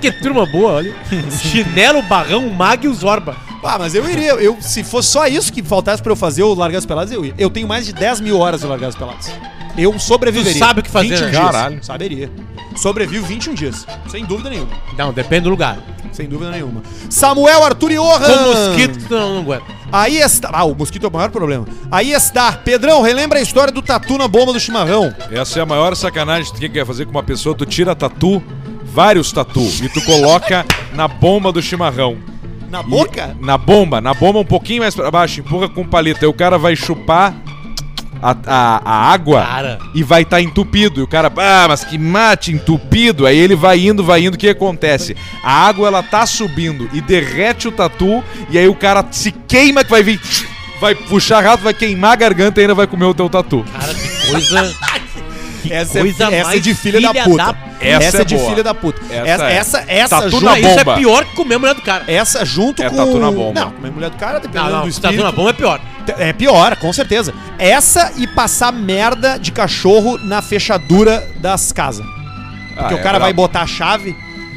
Que turma boa, olha. Chinelo, barrão, mag e o Zorba.
Ah, mas eu iria. Eu, se fosse só isso que faltasse pra eu fazer o Largados e Pelados, eu ia. Eu tenho mais de 10 mil horas de Largados e Pelados. Eu sobreviveria.
Tu sabe o que fazer,
21
né?
dias.
Caralho.
Saberia. Sobrevivo 21 dias. Sem dúvida nenhuma.
Não, depende do lugar.
Sem dúvida nenhuma. Samuel Arthur Johan.
Com mosquito, tu não, não aguenta.
Aí está. Ah, o mosquito é o maior problema. Aí está. Pedrão, relembra a história do tatu na bomba do chimarrão.
Essa é a maior sacanagem que tu quer fazer com uma pessoa. Tu tira tatu, vários tatu, e tu coloca na bomba do chimarrão.
Na
E-
boca?
na bomba, na bomba um pouquinho mais pra baixo, empurra com palito. Aí o cara vai chupar a, a, a água
Cara.
e vai estar entupido. E o cara, ah, mas que mate entupido. Aí ele vai indo, vai indo, o que acontece? A água ela tá subindo e derrete o tatu. E aí o cara se queima que vai vir, vai puxar rato, vai queimar a garganta e ainda vai comer o teu tatu.
Cara, que coisa.
essa
coisa
é, essa é
mais
de filha, da
filha
puta.
da-
Essa,
Essa
é
é
de
boa.
filha da puta.
Essa
Essa,
é.
essa, essa,
Tatu
junto,
na
Não, isso é
bomba.
pior que comer a mulher do cara.
essa junto
É
com.
tatu na bomba.
Não, comer mulher do cara, dependendo
Não,
do
não, se tá
espírito.
dando a bomba é pior.
É pior, com certeza. Essa e passar merda de cachorro na fechadura das casas. Porque
Ah,
o cara
é
vai
brabo.
botar a chave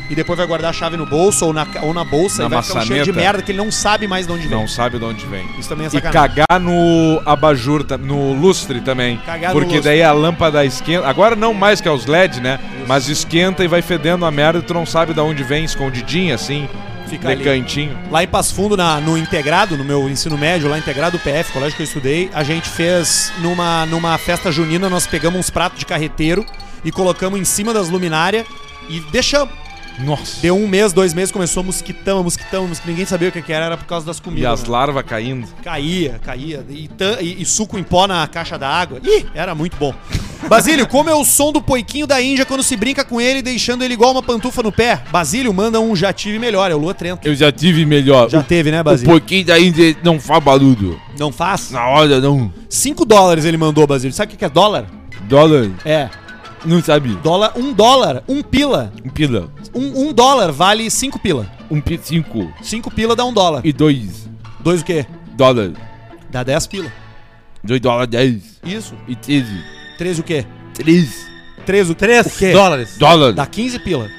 e depois vai guardar a chave no bolso ou na, ou na bolsa
Na
e vai ficar um cheiro de
maçaneta.
merda que ele não sabe mais de onde vem.
Não sabe de onde vem.
Isso também é
E
sacanagem.
cagar no abajur, ta- no lustre também.
Cagar no
porque
lustre.
daí a lâmpada esquenta. Agora não mais que é os LED, né? Mas esquenta e vai fedendo a merda e tu não sabe de onde vem, escondidinha assim,
Fica
de
ali.
cantinho.
Lá em Passo Fundo, na- no integrado, no meu ensino médio, lá integrado PF, colégio que eu estudei, a gente fez numa, numa festa junina, nós pegamos uns pratos de carreteiro e colocamos em cima das luminárias e deixamos.
Nossa.
Deu um mês, dois meses, começou mosquitão, mosquitão, mosquitão, ninguém sabia o que que era, era por causa das
E
comidas.
as
né?
larvas caindo.
Caía, caía. E, tan- e- e suco em pó na caixa da água. Ih, era muito bom. Basílio, como é o som do poiquinho da Índia quando se brinca com ele, deixando ele igual uma pantufa no pé? Basílio, manda um já tive melhor, é o Lua Trento.
Eu já tive melhor.
Já teve, né, Basílio?
pouquinho daí não faz barulho.
Não faz?
Na hora não.
5 dólares ele mandou, Basílio. Sabe o que que é dólar?
Dólar,
É.
não sabe.
Dólar, um dólar, um pila.
Um pila.
Um, um dólar vale cinco pila.
Um pila cinco.
Cinco pila dá um dólar.
E dois
Dois o quê?
dólar.
Dá 10 pila.
Dois dólar dez.
Isso.
E treze.
Três o quê?
Três
Três o, Três o quê?
Dólares.
dólar.
Dá 15 pila.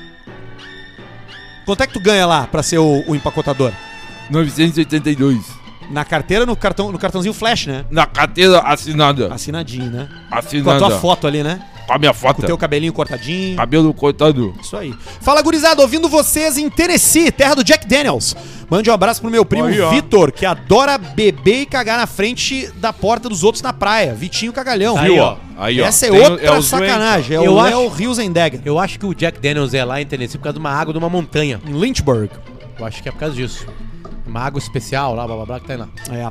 Quanto é que tu ganha lá pra ser o, o empacotador?
982.
Na carteira, no, cartão, no cartãozinho flash, né?
Na carteira assinada.
Assinadinho, né? Com a
Assinada.
tua foto ali, né?
Com a minha
Com o
foto.
teu cabelinho cortadinho.
Cabelo cortado.
Isso aí. Fala, gurizada, ouvindo vocês em Tennessee, terra do Jack Daniels. Mande um abraço pro meu primo
Aí, ó.
Vitor, que adora beber e cagar na frente da porta dos outros na praia. Vitinho Cagalhão.
Aí, ó.
Aí, ó.
Essa é
Tem o-
outra
é os
sacanagem. É
Eu
o
acho-
Léo Riosendegger.
Eu acho que o Jack Daniels é lá em Tennessee por causa de uma água de uma montanha.
Em Lynchburg.
Eu acho que é por causa disso. Uma água especial lá, blá blá blá, que tá aí lá.
É.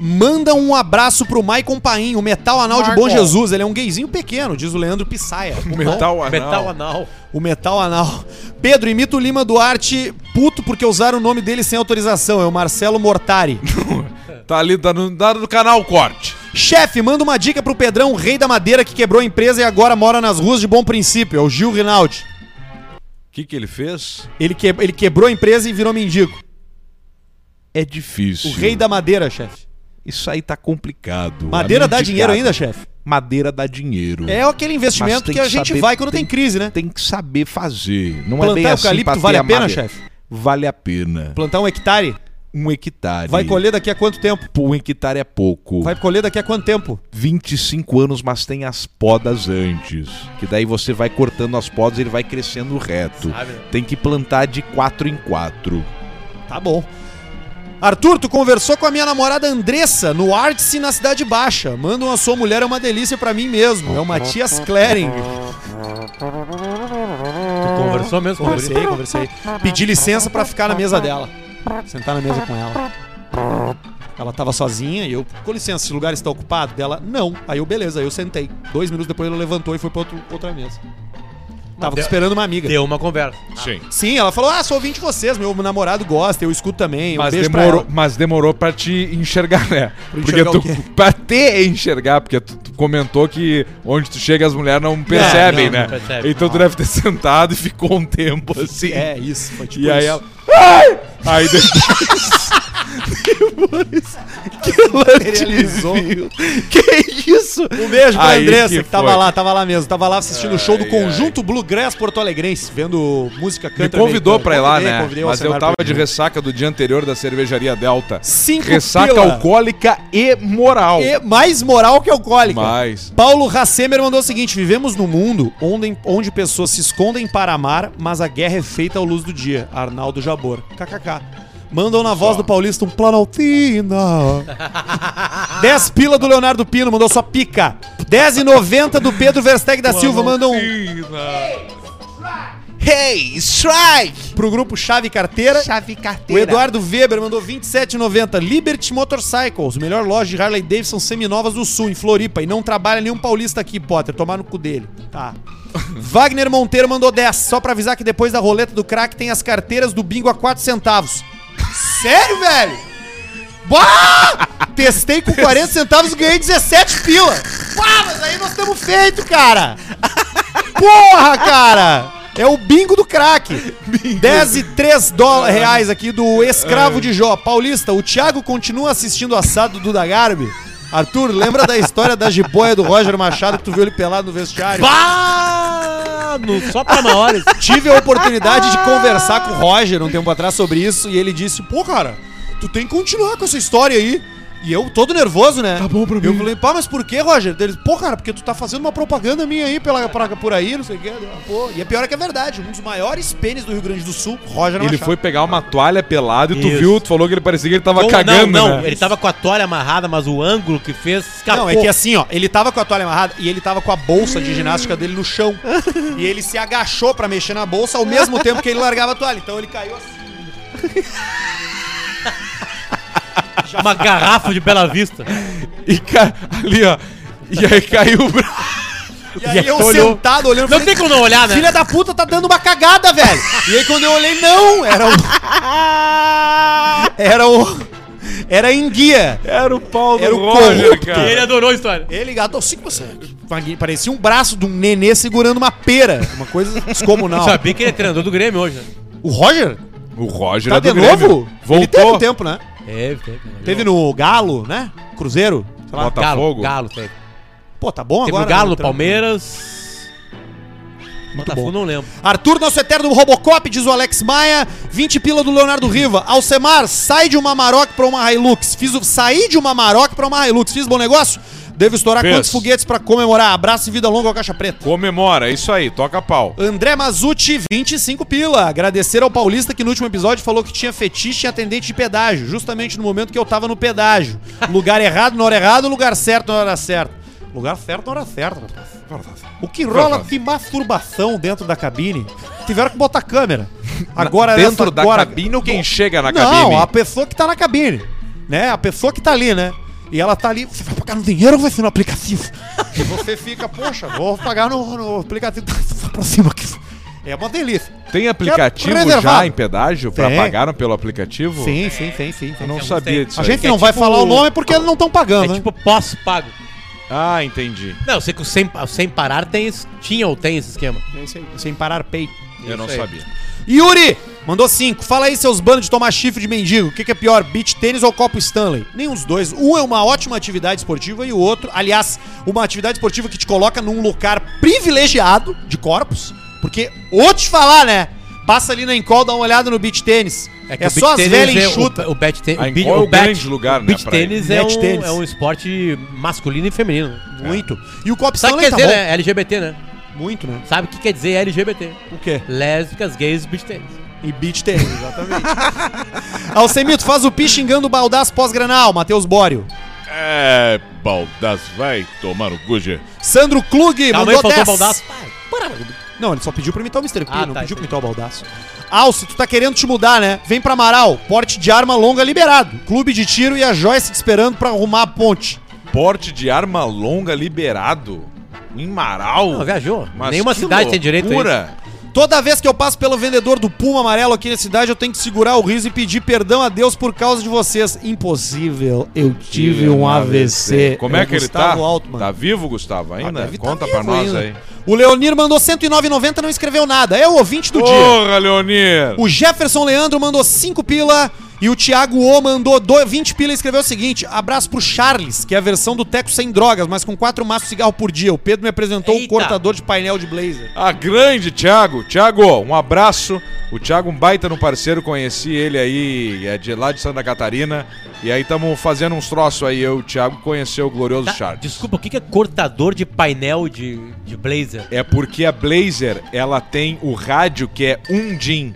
Manda um abraço pro Maicon Paim, o metal anal de Bom Jesus. Ele é um gayzinho pequeno, diz o Leandro Pissaia. O
Metal anal.
Metal anal.
O metal anal. Pedro, imita o Lima Duarte puto porque usaram o nome dele sem autorização. É o Marcelo Mortari.
Tá ali, tá no, tá no canal corte.
Chefe, manda uma dica pro Pedrão, rei da madeira que quebrou a empresa e agora mora nas ruas de bom princípio. É o Gil Rinaldi.
O que, que ele fez?
Ele, que- ele quebrou a empresa e virou mendigo.
É
O
difícil.
rei da madeira, chefe.
Isso aí tá complicado.
Madeira
A
dá
mendicada.
dinheiro ainda, chefe?
Madeira dá dinheiro.
É aquele
Mas
investimento que,
tem
a
que
gente
saber-
vai quando tem, crise, né?
Tem que saber fazer. Não
Plantar
é bem assim
eucalipto
pra ter
vale a pena,
madeira.
chefe?
Vale a pena.
Plantar um hectare?
Um hectare.
Vai colher daqui a quanto tempo?
Pô, Um hectare é pouco.
Vai colher daqui a quanto tempo?
25 anos, mas tem as podas antes. Que daí você vai cortando as podas e ele vai crescendo reto.
Sabe, né?
Tem que plantar de 4 em 4.
Tá bom. Arthur, tu conversou com a minha namorada Andressa no Artsy na Cidade Baixa. Manda uma sua mulher é uma delícia pra mim mesmo. É o Matias Klering.
Tu conversou mesmo com
Conversei,
ele?
conversei. Pedi licença pra ficar na mesa dela. Sentar na mesa com ela. Ela tava sozinha e eu, com licença, esse lugar está ocupado? Dela, não. Aí eu, beleza, aí eu sentei. Dois minutos depois ela levantou e foi pra outro- outra mesa. Tava
deu-
esperando uma amiga.
Deu uma conversa.
Sim.
Sim, ela falou: Ah, sou ouvinte de vocês, meu namorado gosta, eu escuto também. Um
Mas
beijo
demorou,
pra ela.
mas demorou pra te enxergar, né? Porque
enxergar o
tu.
quê?
Pra te enxergar, porque tu, tu comentou que onde tu chega as mulheres não percebem,
É,
não,
né?
não percebe,
então
não.
tu deve ter sentado e ficou um tempo assim.
É, isso, foi tipo
e aí
isso.
ela. Ai! Aí depois. Boris. Que lance Que isso?
Um beijo pra
Aí
Andressa, que,
que
tava
foi.
lá, tava lá mesmo. Tava lá assistindo o show do
Ai,
Conjunto Bluegrass Porto Alegrense, vendo música
Me
canta.
convidou pra ir lá,
Convidei,
né?
convidei o
Mas eu
Alcemar
tava
pra
de
ir.
ressaca do dia anterior da cervejaria Delta.
Cinco
Ressaca
pila.
alcoólica e moral.
E mais moral que alcoólica.
Mas.
Paulo Hassemer mandou assim, o seguinte: vivemos num mundo onde, onde pessoas se escondem para amar, mas a guerra é feita à luz do dia. Arnaldo Jabor. KKK. Mandam na voz do Paulista um Planaltina. 10 pila do Leonardo Pino, mandou só pica. 10,90 do Pedro Versteg da Silva, mandam um. Hey, Strike! Pro grupo Chave Carteira. Chave Carteira. O Eduardo Weber mandou 27,90. Liberty Motorcycles, melhor loja de Harley Davidson seminovas do Sul, em Floripa. E não trabalha nenhum paulista aqui, Potter. Tomar no cu dele. Tá. Wagner Monteiro mandou 10. Só pra avisar que depois da roleta do crack tem as carteiras do bingo a 4 centavos. Sério, velho? Bah! Testei com 40 centavos e ganhei 17 pila. Pá, mas aí nós estamos feito, cara. Porra, cara! É o bingo do crack. 10 e 3 dólares reais aqui do escravo de Jó. Paulista, o Thiago continua assistindo o assado do Duda Garbi? Arthur, lembra da história da jiboia do Roger Machado que tu viu ele pelado no vestiário?
Pá! No, só pra maiores.
Tive a oportunidade de conversar com o Roger um tempo atrás sobre isso e ele disse: Pô, cara, tu tem é que continuar com essa história aí. E eu todo nervoso, né? Tá bom pra mim. Eu falei, pá, mas por que, Roger? Ele disse, pô, cara, porque tu tá fazendo uma propaganda minha aí pela, pra, por aí, não sei o quê. Eu, Pô. E é pior é que é verdade. Um dos maiores pênis do Rio Grande do Sul, Roger
Ele
Machado.
foi pegar uma toalha pelada e tu
Isso.
viu, tu falou que ele parecia que ele tava
Como-
cagando.
não, não.
né?
Ele tava com a toalha amarrada, mas o ângulo que fez escapou.
Não, é que assim, ó, ele tava com a toalha amarrada e ele tava com a bolsa de ginástica dele no chão. e ele se agachou pra mexer na bolsa ao mesmo tempo que ele largava a toalha. Então ele caiu assim.
Uma garrafa de Bela Vista.
E ca... ali, ó. E aí caiu o braço.
E aí
aí
eu
olhou.
sentado olhando
Não
falei,
tem como não olhar, né?
Filha da puta tá dando uma cagada, velho. E aí quando eu olhei, não, era um... Era um... Era enguia.
Era o pau
Era o corrupto.
Ele adorou a história.
Ele gatou cinco Parecia um braço de um nenê segurando uma pera. Uma coisa descomunal.
Sabia que ele é treinador do Grêmio hoje, né?
O Roger?
O Roger
Tá
é do
de
Grêmio.
novo? Ele teve
Voltou.
um tempo, né?
É, teve.
Teve no Galo, né? Cruzeiro. sei lá.
Botafogo.
Galo, Galo teve.
Pô, tá bom
Teve
agora.
o
né?
Galo, no Palmeiras. Botafogo
bom.
não lembro.
Arthur, nosso eterno Robocop, diz o Alex Maia. 20 pila do Leonardo Riva. Alcemar, sai de uma Maroc pra uma Hilux. Fiz o... Saí de uma Maroc pra uma Hilux. Fiz bom negócio? Devo estourar
Fez.
quantos foguetes pra comemorar? Abraço e vida longa ao Caixa Preta.
Comemora, é isso aí, toca pau.
André Mazucci, 25 pila. Agradecer ao Paulista que no último episódio falou que tinha fetiche em atendente de pedágio, justamente no momento que eu tava no pedágio. Lugar errado na hora errada, lugar certo na hora certa. Lugar certo na hora certa, rapaz. O que rola de masturbação dentro da cabine? Tiveram que botar câmera. Agora
Dentro
nessa-
da cabine ou quem
Não,
chega na
Não,
cabine?
a pessoa que tá na cabine. Né? A pessoa que tá ali, né? E ela tá ali, você vai pagar no dinheiro ou vai ser no aplicativo? E você fica, poxa, vou pagar no, no aplicativo. Se aproxima aqui. É uma delícia.
Tem aplicativo
reservado.
já em pedágio? Pra
Tem.
pagaram pelo aplicativo?
Sim, sim, sim, sim.
Eu
sim.
não sabia disso.
A
aí.
gente
É
não vai
tipo-
falar o nome porque eles não estão
É
pagando, né?
tipo pós-pago.
Ah, entendi.
Não, eu sei que o sem, o sem parar tem esse, tinha ou tem esse esquema.
Sem, sem parar peito.
Eu não
aí.
sabia.
Yuri! Mandou cinco. Fala aí, seus bandos de tomar chifre de mendigo. O que, que é pior, beach tênis ou copo Stanley? Nem os dois. Um é uma ótima atividade esportiva e o outro, aliás, uma atividade esportiva que te coloca num lugar privilegiado de corpos. Porque, vou te falar, né? Passa ali na Encol, dá uma olhada no beach tênis. É,
que o beach
só as
tennis
velhas
é o-
enxuta.
O, beach ten-
Ah,
o beach-
qual é o
beach-
grande lugar, né,
beach
pra ele?
tênis é,
Beach
um,
tênis.
é um esporte masculino e feminino.
Muito. E o copo
Sabe o
Stanley
que quer
tá
dizer,
bom.
né? LGBT, né?
Muito, né?
Sabe o que quer dizer LGBT?
O quê?
Lésbicas, gays, beach tênis.
E beach tênis, exatamente. Alcemito, faz o pi xingando o Baldaço pós-granal, Matheus Bório.
É, Baldas, vai tomar no Guja.
Sandro Klug,
Calma aí,
mandou
faltou
10.
o baldaço.
Não, ele só pediu pra imitar o Mr. P,
Ah,
não
tá,
pediu pra
entendi.
imitar o baldaço. Alce, tu tá querendo te mudar, né? Vem pra Amaral, porte de arma longa liberado. Clube de tiro e a Joyce te esperando pra arrumar a ponte.
Porte de arma longa liberado em Marau.
Não, viajou.
Mas
Nenhuma
que
cidade tem direito a
loucura.
Toda vez que eu passo pelo vendedor do Puma Amarelo aqui na cidade, eu tenho que segurar o riso e pedir perdão a Deus por causa de vocês. Impossível, eu tive um AVC.
Como é que ele tá?
Gustavo Altman.
Tá vivo, Gustavo, ainda?
deve tá
Conta
vivo
pra nós
ainda.
aí.
O Leonir mandou 109,90 não escreveu nada. É o ouvinte do dia.
Porra, Leonir!
O Jefferson Leandro mandou 5 pila. E o Thiago O mandou do- 20 pila e escreveu o seguinte: abraço pro Charles, que é a versão do Teco sem drogas, mas com quatro maços de cigarro por dia. O Pedro me apresentou o
Eita.
cortador de painel de blazer.
A grande Thiago. Thiago, um abraço. O Thiago, um baita no parceiro, conheci ele aí, é de lá de Santa Catarina. E aí estamos fazendo uns troços aí, eu e o Thiago conheceu o glorioso
Tá,
Charles.
Desculpa, o que que é cortador de painel de, de blazer?
É porque a Blazer, ela tem o rádio que é um DIN.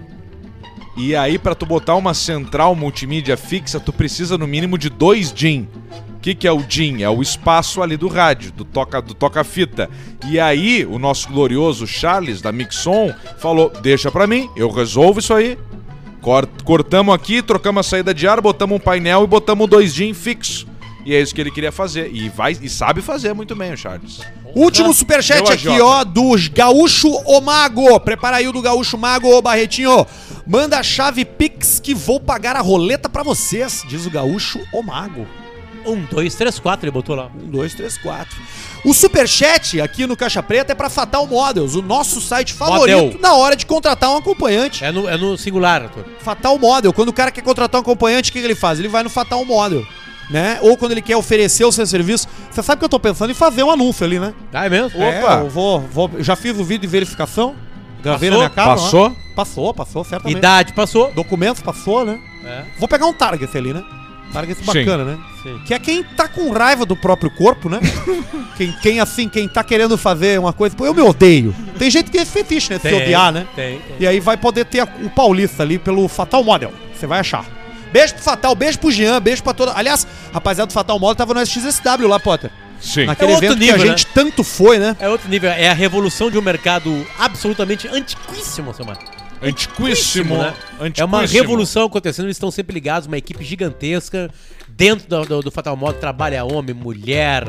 E aí, pra tu botar uma central multimídia fixa, tu precisa no mínimo de dois DIN. O que, que é o DIN? É o espaço ali do rádio, do toca do toca-fita. E aí, o nosso glorioso Charles, da Mixon, falou: deixa pra mim, eu resolvo isso aí. Cor- Cortamos aqui, trocamos a saída de ar, botamos um painel e botamos dois DIN fixo. E é isso que ele queria fazer. E, vai, e sabe fazer muito bem o Charles.
Último superchat
Deu a
aqui,
Jota.
ó, do Gaúcho O Mago. Prepara aí o do Gaúcho Mago, ô Barretinho. Manda a chave Pix que vou pagar a roleta pra vocês, diz o Gaúcho O Mago.
Um, dois, três, quatro, ele botou lá.
Um, dois, três, quatro. O superchat aqui no Caixa Preta é pra Fatal Models, o nosso site favorito
Model.
na hora de contratar um acompanhante.
É no, é no singular, Arthur.
Fatal Model. Quando o cara quer contratar um acompanhante, o que que ele faz? Ele vai no Fatal Model, né? Ou quando ele quer oferecer o seu serviço. Você sabe que eu tô pensando em fazer um anúncio ali, né?
Ah, é mesmo?
É, eu vou, vou- já fiz o vídeo de verificação. Gravei na minha cara.
Passou?
né? Passou, passou, certamente.
Idade passou.
Documentos, passou, né?
É.
Vou pegar um target ali, né? Target
Sim.
bacana, né?
Sim.
Que é quem tá com raiva do próprio corpo, né? quem, quem, assim, quem tá querendo fazer uma coisa... Pô, eu me odeio. Tem gente que é fetiche, né? Se odiar, né?
Tem, tem.
E aí vai poder ter a- o Paulista ali pelo Fatal Model. Você vai achar. Beijo pro Fatal, beijo pro Jean, beijo pra toda. Aliás, rapaziada do Fatal Model tava no SXSW lá, Potter.
Sim.
Naquele
É outro
evento que a
nível,
gente tanto foi, né?
É outro nível, é a revolução de um mercado absolutamente antiquíssimo, seu Marco.
Antiquíssimo.
né? É uma revolução acontecendo, eles estão sempre ligados, uma equipe gigantesca. Dentro do, do- do Fatal Modo trabalha homem, mulher,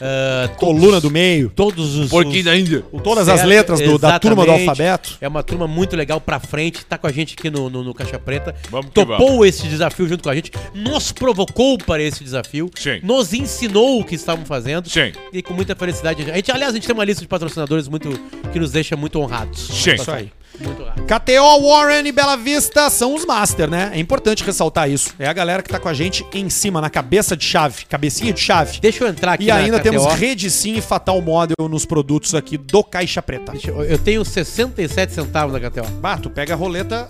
ah,
Coluna do meio.
todos os.
Um Porquinho da Índia.
os-
Todas as
certo,
letras do- da turma do
exatamente.
alfabeto.
É uma turma muito legal pra frente, tá com a gente aqui no, no, no Caixa Preta.
Vamos que
Topou esse desafio junto com a gente, nos provocou para esse desafio,
Sim.
nos ensinou o que estavam fazendo.
Sim.
E com muita felicidade. A gente, aliás, a gente tem uma lista de patrocinadores muito que nos deixa muito honrados.
Sim.
Isso aí. Muito honrados.
KTO, Warren e Bela Vista são os master, né? É importante ressaltar isso. É a galera que tá com a gente em cima, na cabeça de chave, cabecinha de chave.
Deixa eu entrar aqui
E
na
ainda
KTO.
temos Rede Sim e Fatal Model nos produtos aqui do Caixa Preta.
Deixa Eu eu tenho 67 centavos na KTO.
Ah,
Bah, tu pega a roleta,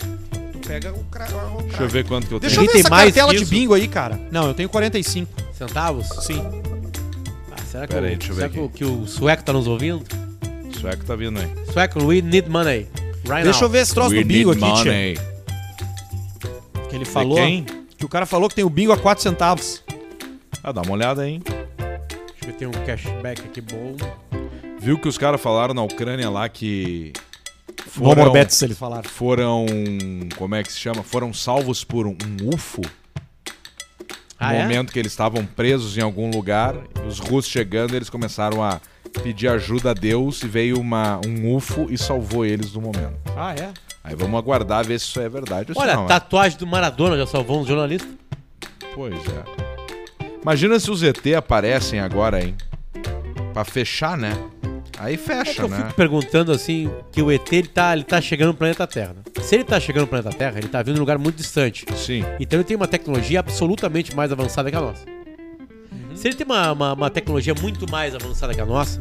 tu pega o cra... o
Deixa eu ver quanto que eu
Deixa
tenho.
eu
Tem
ver essa
mais
cartela de
disso?
bingo aí, cara. Não, eu tenho 45.
Centavos?
Sim.
Ah, será que,
Pera
o,
aí, deixa eu ver
será
aqui.
que, o, que o sueco tá nos ouvindo?
O sueco tá vindo aí.
Sueco, we need money. Right
Deixa eu
now.
ver esse troço
We
do bingo
need
aqui, tia.
money.
Que ele falou.
quem?
Que o cara falou que tem o bingo a 4 centavos.
Ah, dá uma olhada aí, hein?
Deixa eu ter um cashback aqui bom.
Viu que os caras falaram na Ucrânia lá que.
No
Foram,
Bets, eles falaram.
foram. Como é que se chama? Foram salvos por um, um UFO.
Ah,
no
é?
momento que eles estavam presos em algum lugar, os russos chegando, eles começaram a pedir ajuda a Deus e veio uma, um UFO e salvou eles no momento.
Ah, é?
Aí vamos aguardar ver se isso é verdade ou se
Olha, tá
não é.
tatuagem do Maradona já salvou um jornalista.
Pois é. Imagina se os ET aparecem agora, hein? Pra fechar, né? Aí
É que
fecha,
eu
né?
fico perguntando assim, que o ET ele tá, ele tá chegando no planeta Terra. né? Se ele tá chegando no planeta Terra, ele tá vindo de um lugar muito distante.
Sim.
Então ele tem uma tecnologia absolutamente mais avançada que a nossa.
Uhum.
Se ele tem uma, uma, uma tecnologia muito mais avançada que a nossa,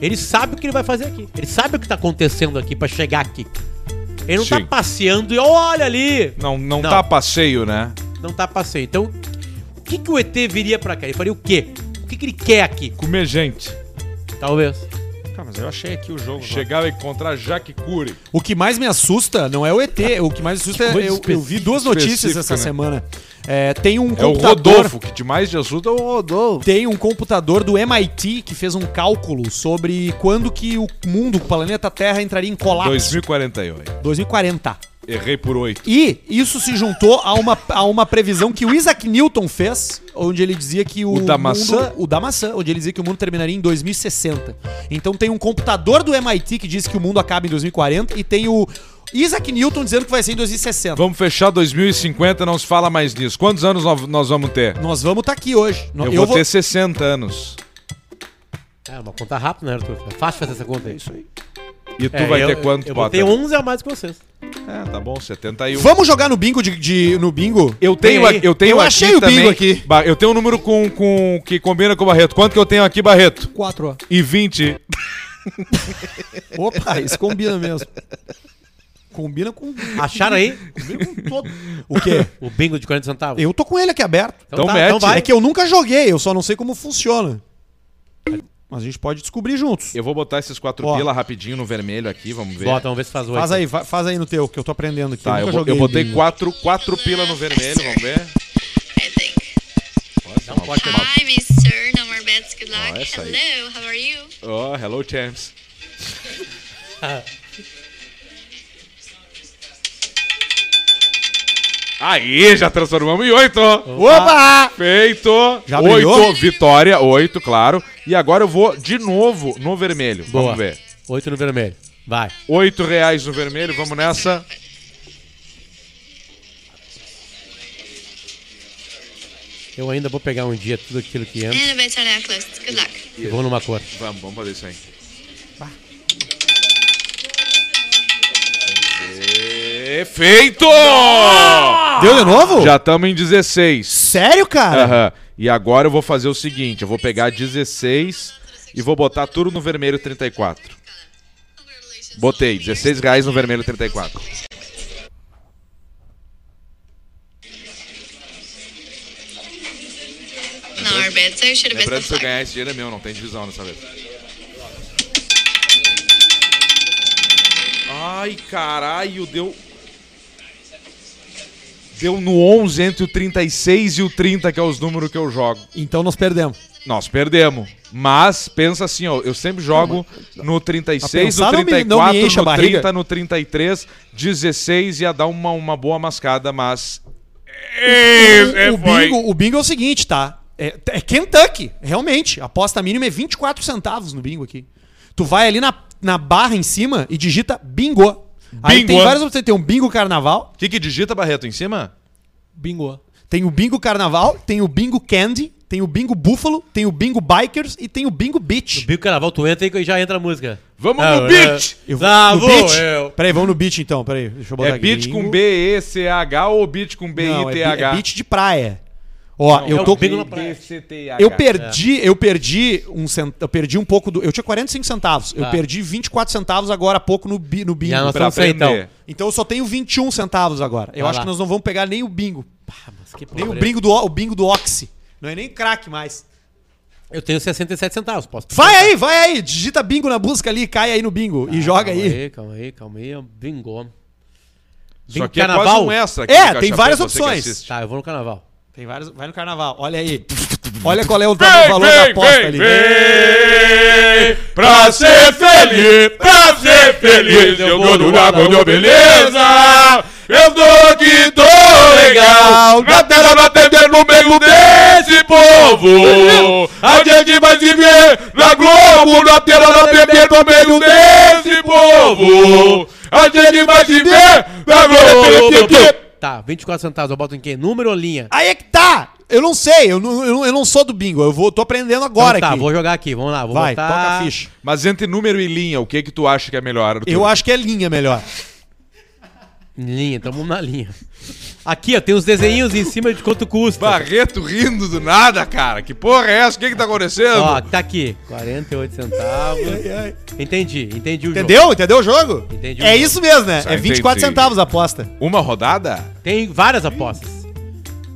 ele sabe o que ele vai fazer aqui. Ele sabe o que tá acontecendo aqui pra chegar aqui. Ele não tá
Sim.
passeando e olha ali!
Não, não,
Não.
tá passeio, né?
Não tá passeando. Então, o que, que o ET viria pra cá? Ele faria o quê? O que, que ele quer aqui?
Comer gente.
Talvez.
Cara, Tá, mas eu achei aqui o jogo.
Chegar e encontrar Jack Cury.
O que mais me assusta não é o ET, o que mais me assusta é.
coisa
Eu, eu vi duas
específica,
notícias essa
né?
semana. É, tem um
É o Rodolfo, que demais de assunto é o Rodolfo.
Tem um computador do MIT que fez um cálculo sobre quando que o mundo, o planeta Terra, entraria em colapso.
2048.
2040.
Errei por 8.
E isso se juntou a uma, a uma previsão que o Isaac Newton fez, onde ele dizia que o.
O da maçã?
mundo- o da maçã, onde ele dizia que o mundo terminaria em 2060. Então tem um computador do MIT que diz que o mundo acaba em 2040 e tem o Isaac Newton dizendo que vai ser em 2060.
Vamos fechar 2050, não se fala mais nisso. Quantos anos nós- nós vamos ter?
Nós vamos estar aqui hoje.
Eu, vou, ter 60 anos.
É uma conta rápida, né, Arthur? É fácil fazer essa conta aí.
E tu
É,
vai
eu-
ter quanto,
Eu um.
Potter?
botei 11 a mais que vocês.
É, tá bom, 71.
Vamos jogar no bingo de, de- no bingo?
Eu tenho,
Tem.
a- eu tenho
Eu
aqui
achei o
também-
bingo aqui.
Ba- Eu tenho um número com, com, que combina com o Barreto. Quanto que eu tenho aqui, Barreto?
4, ó.
E 20.
Opa, isso combina mesmo. Combina com
Acharam aí?
todo. O quê?
O bingo de 40 centavos.
Eu tô com ele aqui aberto.
Então mete.
É que eu nunca joguei, eu só não sei como funciona. Mas a gente pode descobrir juntos.
Eu vou botar esses quatro
Ó.
pila rapidinho no vermelho aqui, vamos ver.
Bota, vamos ver se faz oito.
Faz aí, fa- faz aí no teu, que eu tô aprendendo aqui.
Tá, eu,
nunca
bo- eu
joguei.
botei quatro, quatro pila no vermelho, vamos ver.
I think.
Ó, uma- uma-
Hi, Mr. No more bets. Good luck.
Oh, essa aí.
Hello, how are you?
Ó, hello, champs. Aí, já transformamos em oito.
Opa!
Feito!
Já
oito,
brilhou?
vitória, oito, claro. E agora eu vou de novo no vermelho.
Boa.
Vamos ver.
Oito no vermelho. Vai.
Oito reais no vermelho, vamos nessa.
Eu ainda vou pegar um dia tudo aquilo que entra
And the bets are now closed. Good luck.
e vou numa cor.
Vamos, vamos fazer isso aí. E- Feito!
Deu de novo?
Já estamos em 16.
Sério, cara?
Aham. E agora eu vou fazer o seguinte: eu vou pegar 16 e vou botar tudo no vermelho 34. Botei 16 reais no vermelho 34.
No more bets. I should have bet
Lembrando que se eu
the flag.
ganhar esse dinheiro é meu, não tem divisão nessa vez. Ai, caralho, deu. Deu no 11 entre o 36 e o 30, que é os números que eu jogo.
Então nós perdemos.
Nós perdemos. Mas pensa assim, ó, eu sempre jogo no 36,
Mas
no
pensar não me- não me
34,
enche a
no
barriga.
30, no 33, 16 ia dar uma, uma boa mascada, mas Ei, é,
o,
foi.
bingo, o bingo é o seguinte, tá? É, é Kentucky, realmente. A aposta mínima é 24 centavos no bingo aqui. Tu vai ali na, na barra em cima e digita bingo. Aí
Bingo.
tem várias opções. Tem um bingo carnaval,
O que que digita Barreto em cima?
Bingo.
tem o bingo carnaval, tem o bingo candy, tem o bingo búfalo, tem o bingo bikers e tem o bingo beach.
Bico Carnaval, tu entra e já entra a música.
Vamos
Ah,
no
é.
beat.
Eu-
Lá
no
vou é.
beat?
eu.
Peraí, vamos no beat então, peraí. Deixa eu botar
É beat com B E C H ou beat com B I
Não, é,
T
bi- é
H?
beat de praia. Ó, eu
é o
tô
bingo na
com-
praia. É.
Eu perdi, eu perdi um cent... eu perdi um pouco do, eu tinha 45 centavos, eu
Tá.
perdi 24 centavos agora há pouco no, bi, no bingo.
Já nós
pra
estamos sem, então.
aprender.
Então eu só tenho 21 centavos agora. Eu
Vai
acho
lá.
que nós não vamos pegar nem o bingo,
Ah, mas que
nem o
pobreza.
bingo do o bingo do Oxy. Não é nem craque mais.
Eu tenho 67 centavos, posso
Vai aí, vai aí, digita bingo na busca ali, cai aí no bingo e joga
calma
aí.
Calma aí, calma aí, é um bingo.
Isso
Bingo
aqui é quase um extra aqui
É,
no
tem
Caixa Preta,
várias
você que
opções.
assiste.
Tá, eu vou no carnaval.
Tem vários, vai no carnaval. Olha aí. Olha qual é o
Vem,
valor da
vem,
aposta
vem,
ali.
vem, pra ser feliz, pra ser feliz, eu dou no rabo de beleza, eu dou que dou legal, na tela batendo no meio desse povo, a gente vai se ver na Globo, na tela da TV no meio desse povo, a gente vai se ver na Globo.
Tá, 24 centavos, eu boto em quem? Número ou linha?
Aí é que tá. Eu não sei, eu não, eu não, eu não sou do bingo, eu vou tô aprendendo agora
Então tá,
aqui.
vou jogar aqui, vamos lá. Vou
Vai,
botar...
toca a ficha.
Mas entre número e linha, o que que tu acha que é melhor,
Eu acho que é linha melhor.
Linha, tamo na linha. Aqui, ó, tem os desenhos em cima de quanto custa.
Barreto rindo do nada, cara. Que porra é essa? O que que tá acontecendo?
Ó, tá aqui, 48 centavos. Entendi, entendi o jogo.
Entendeu? Entendeu o jogo?
Entendi o
É
jogo.
isso mesmo, né?
Só
É 24
entendi.
centavos a aposta.
Uma rodada?
Tem várias apostas.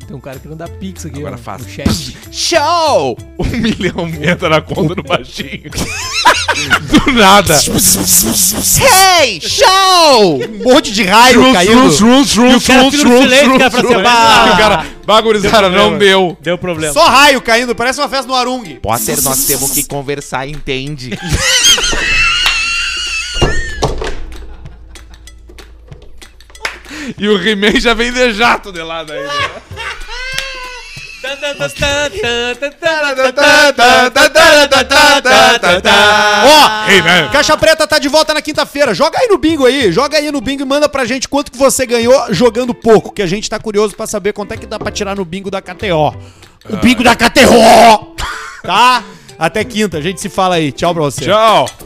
Tem um cara querendo dar pix aqui.
Agora
ó,
faz.
no chat.
Tchau! Um milhão entra na conta do baixinho. do nada.
Tipo assim,
Hey, show! Um monte de raio caindo.
Trus,
cara fica no silêncio, cara, pra ser "Ah!" barra.
O cara, bagurizada, não deu.
Deu problema.
Só raio caindo, parece uma festa no Arung.
Potter, nós temos que conversar, entende?
E o He-Man já vem de jato de lado aí. né?
Tan, tan, tan, tan, tan, tan, tan, tan.
Ó,
He-Man.
Caixa Preta tá de volta na quinta-feira. Joga aí no bingo aí, joga aí no bingo e manda pra gente quanto que você ganhou jogando pouco, que a gente tá curioso pra saber quanto é que dá pra tirar no bingo da KTO. O bingo da KTO! Tá? Até quinta, a gente se fala aí. Tchau pra você.
Tchau!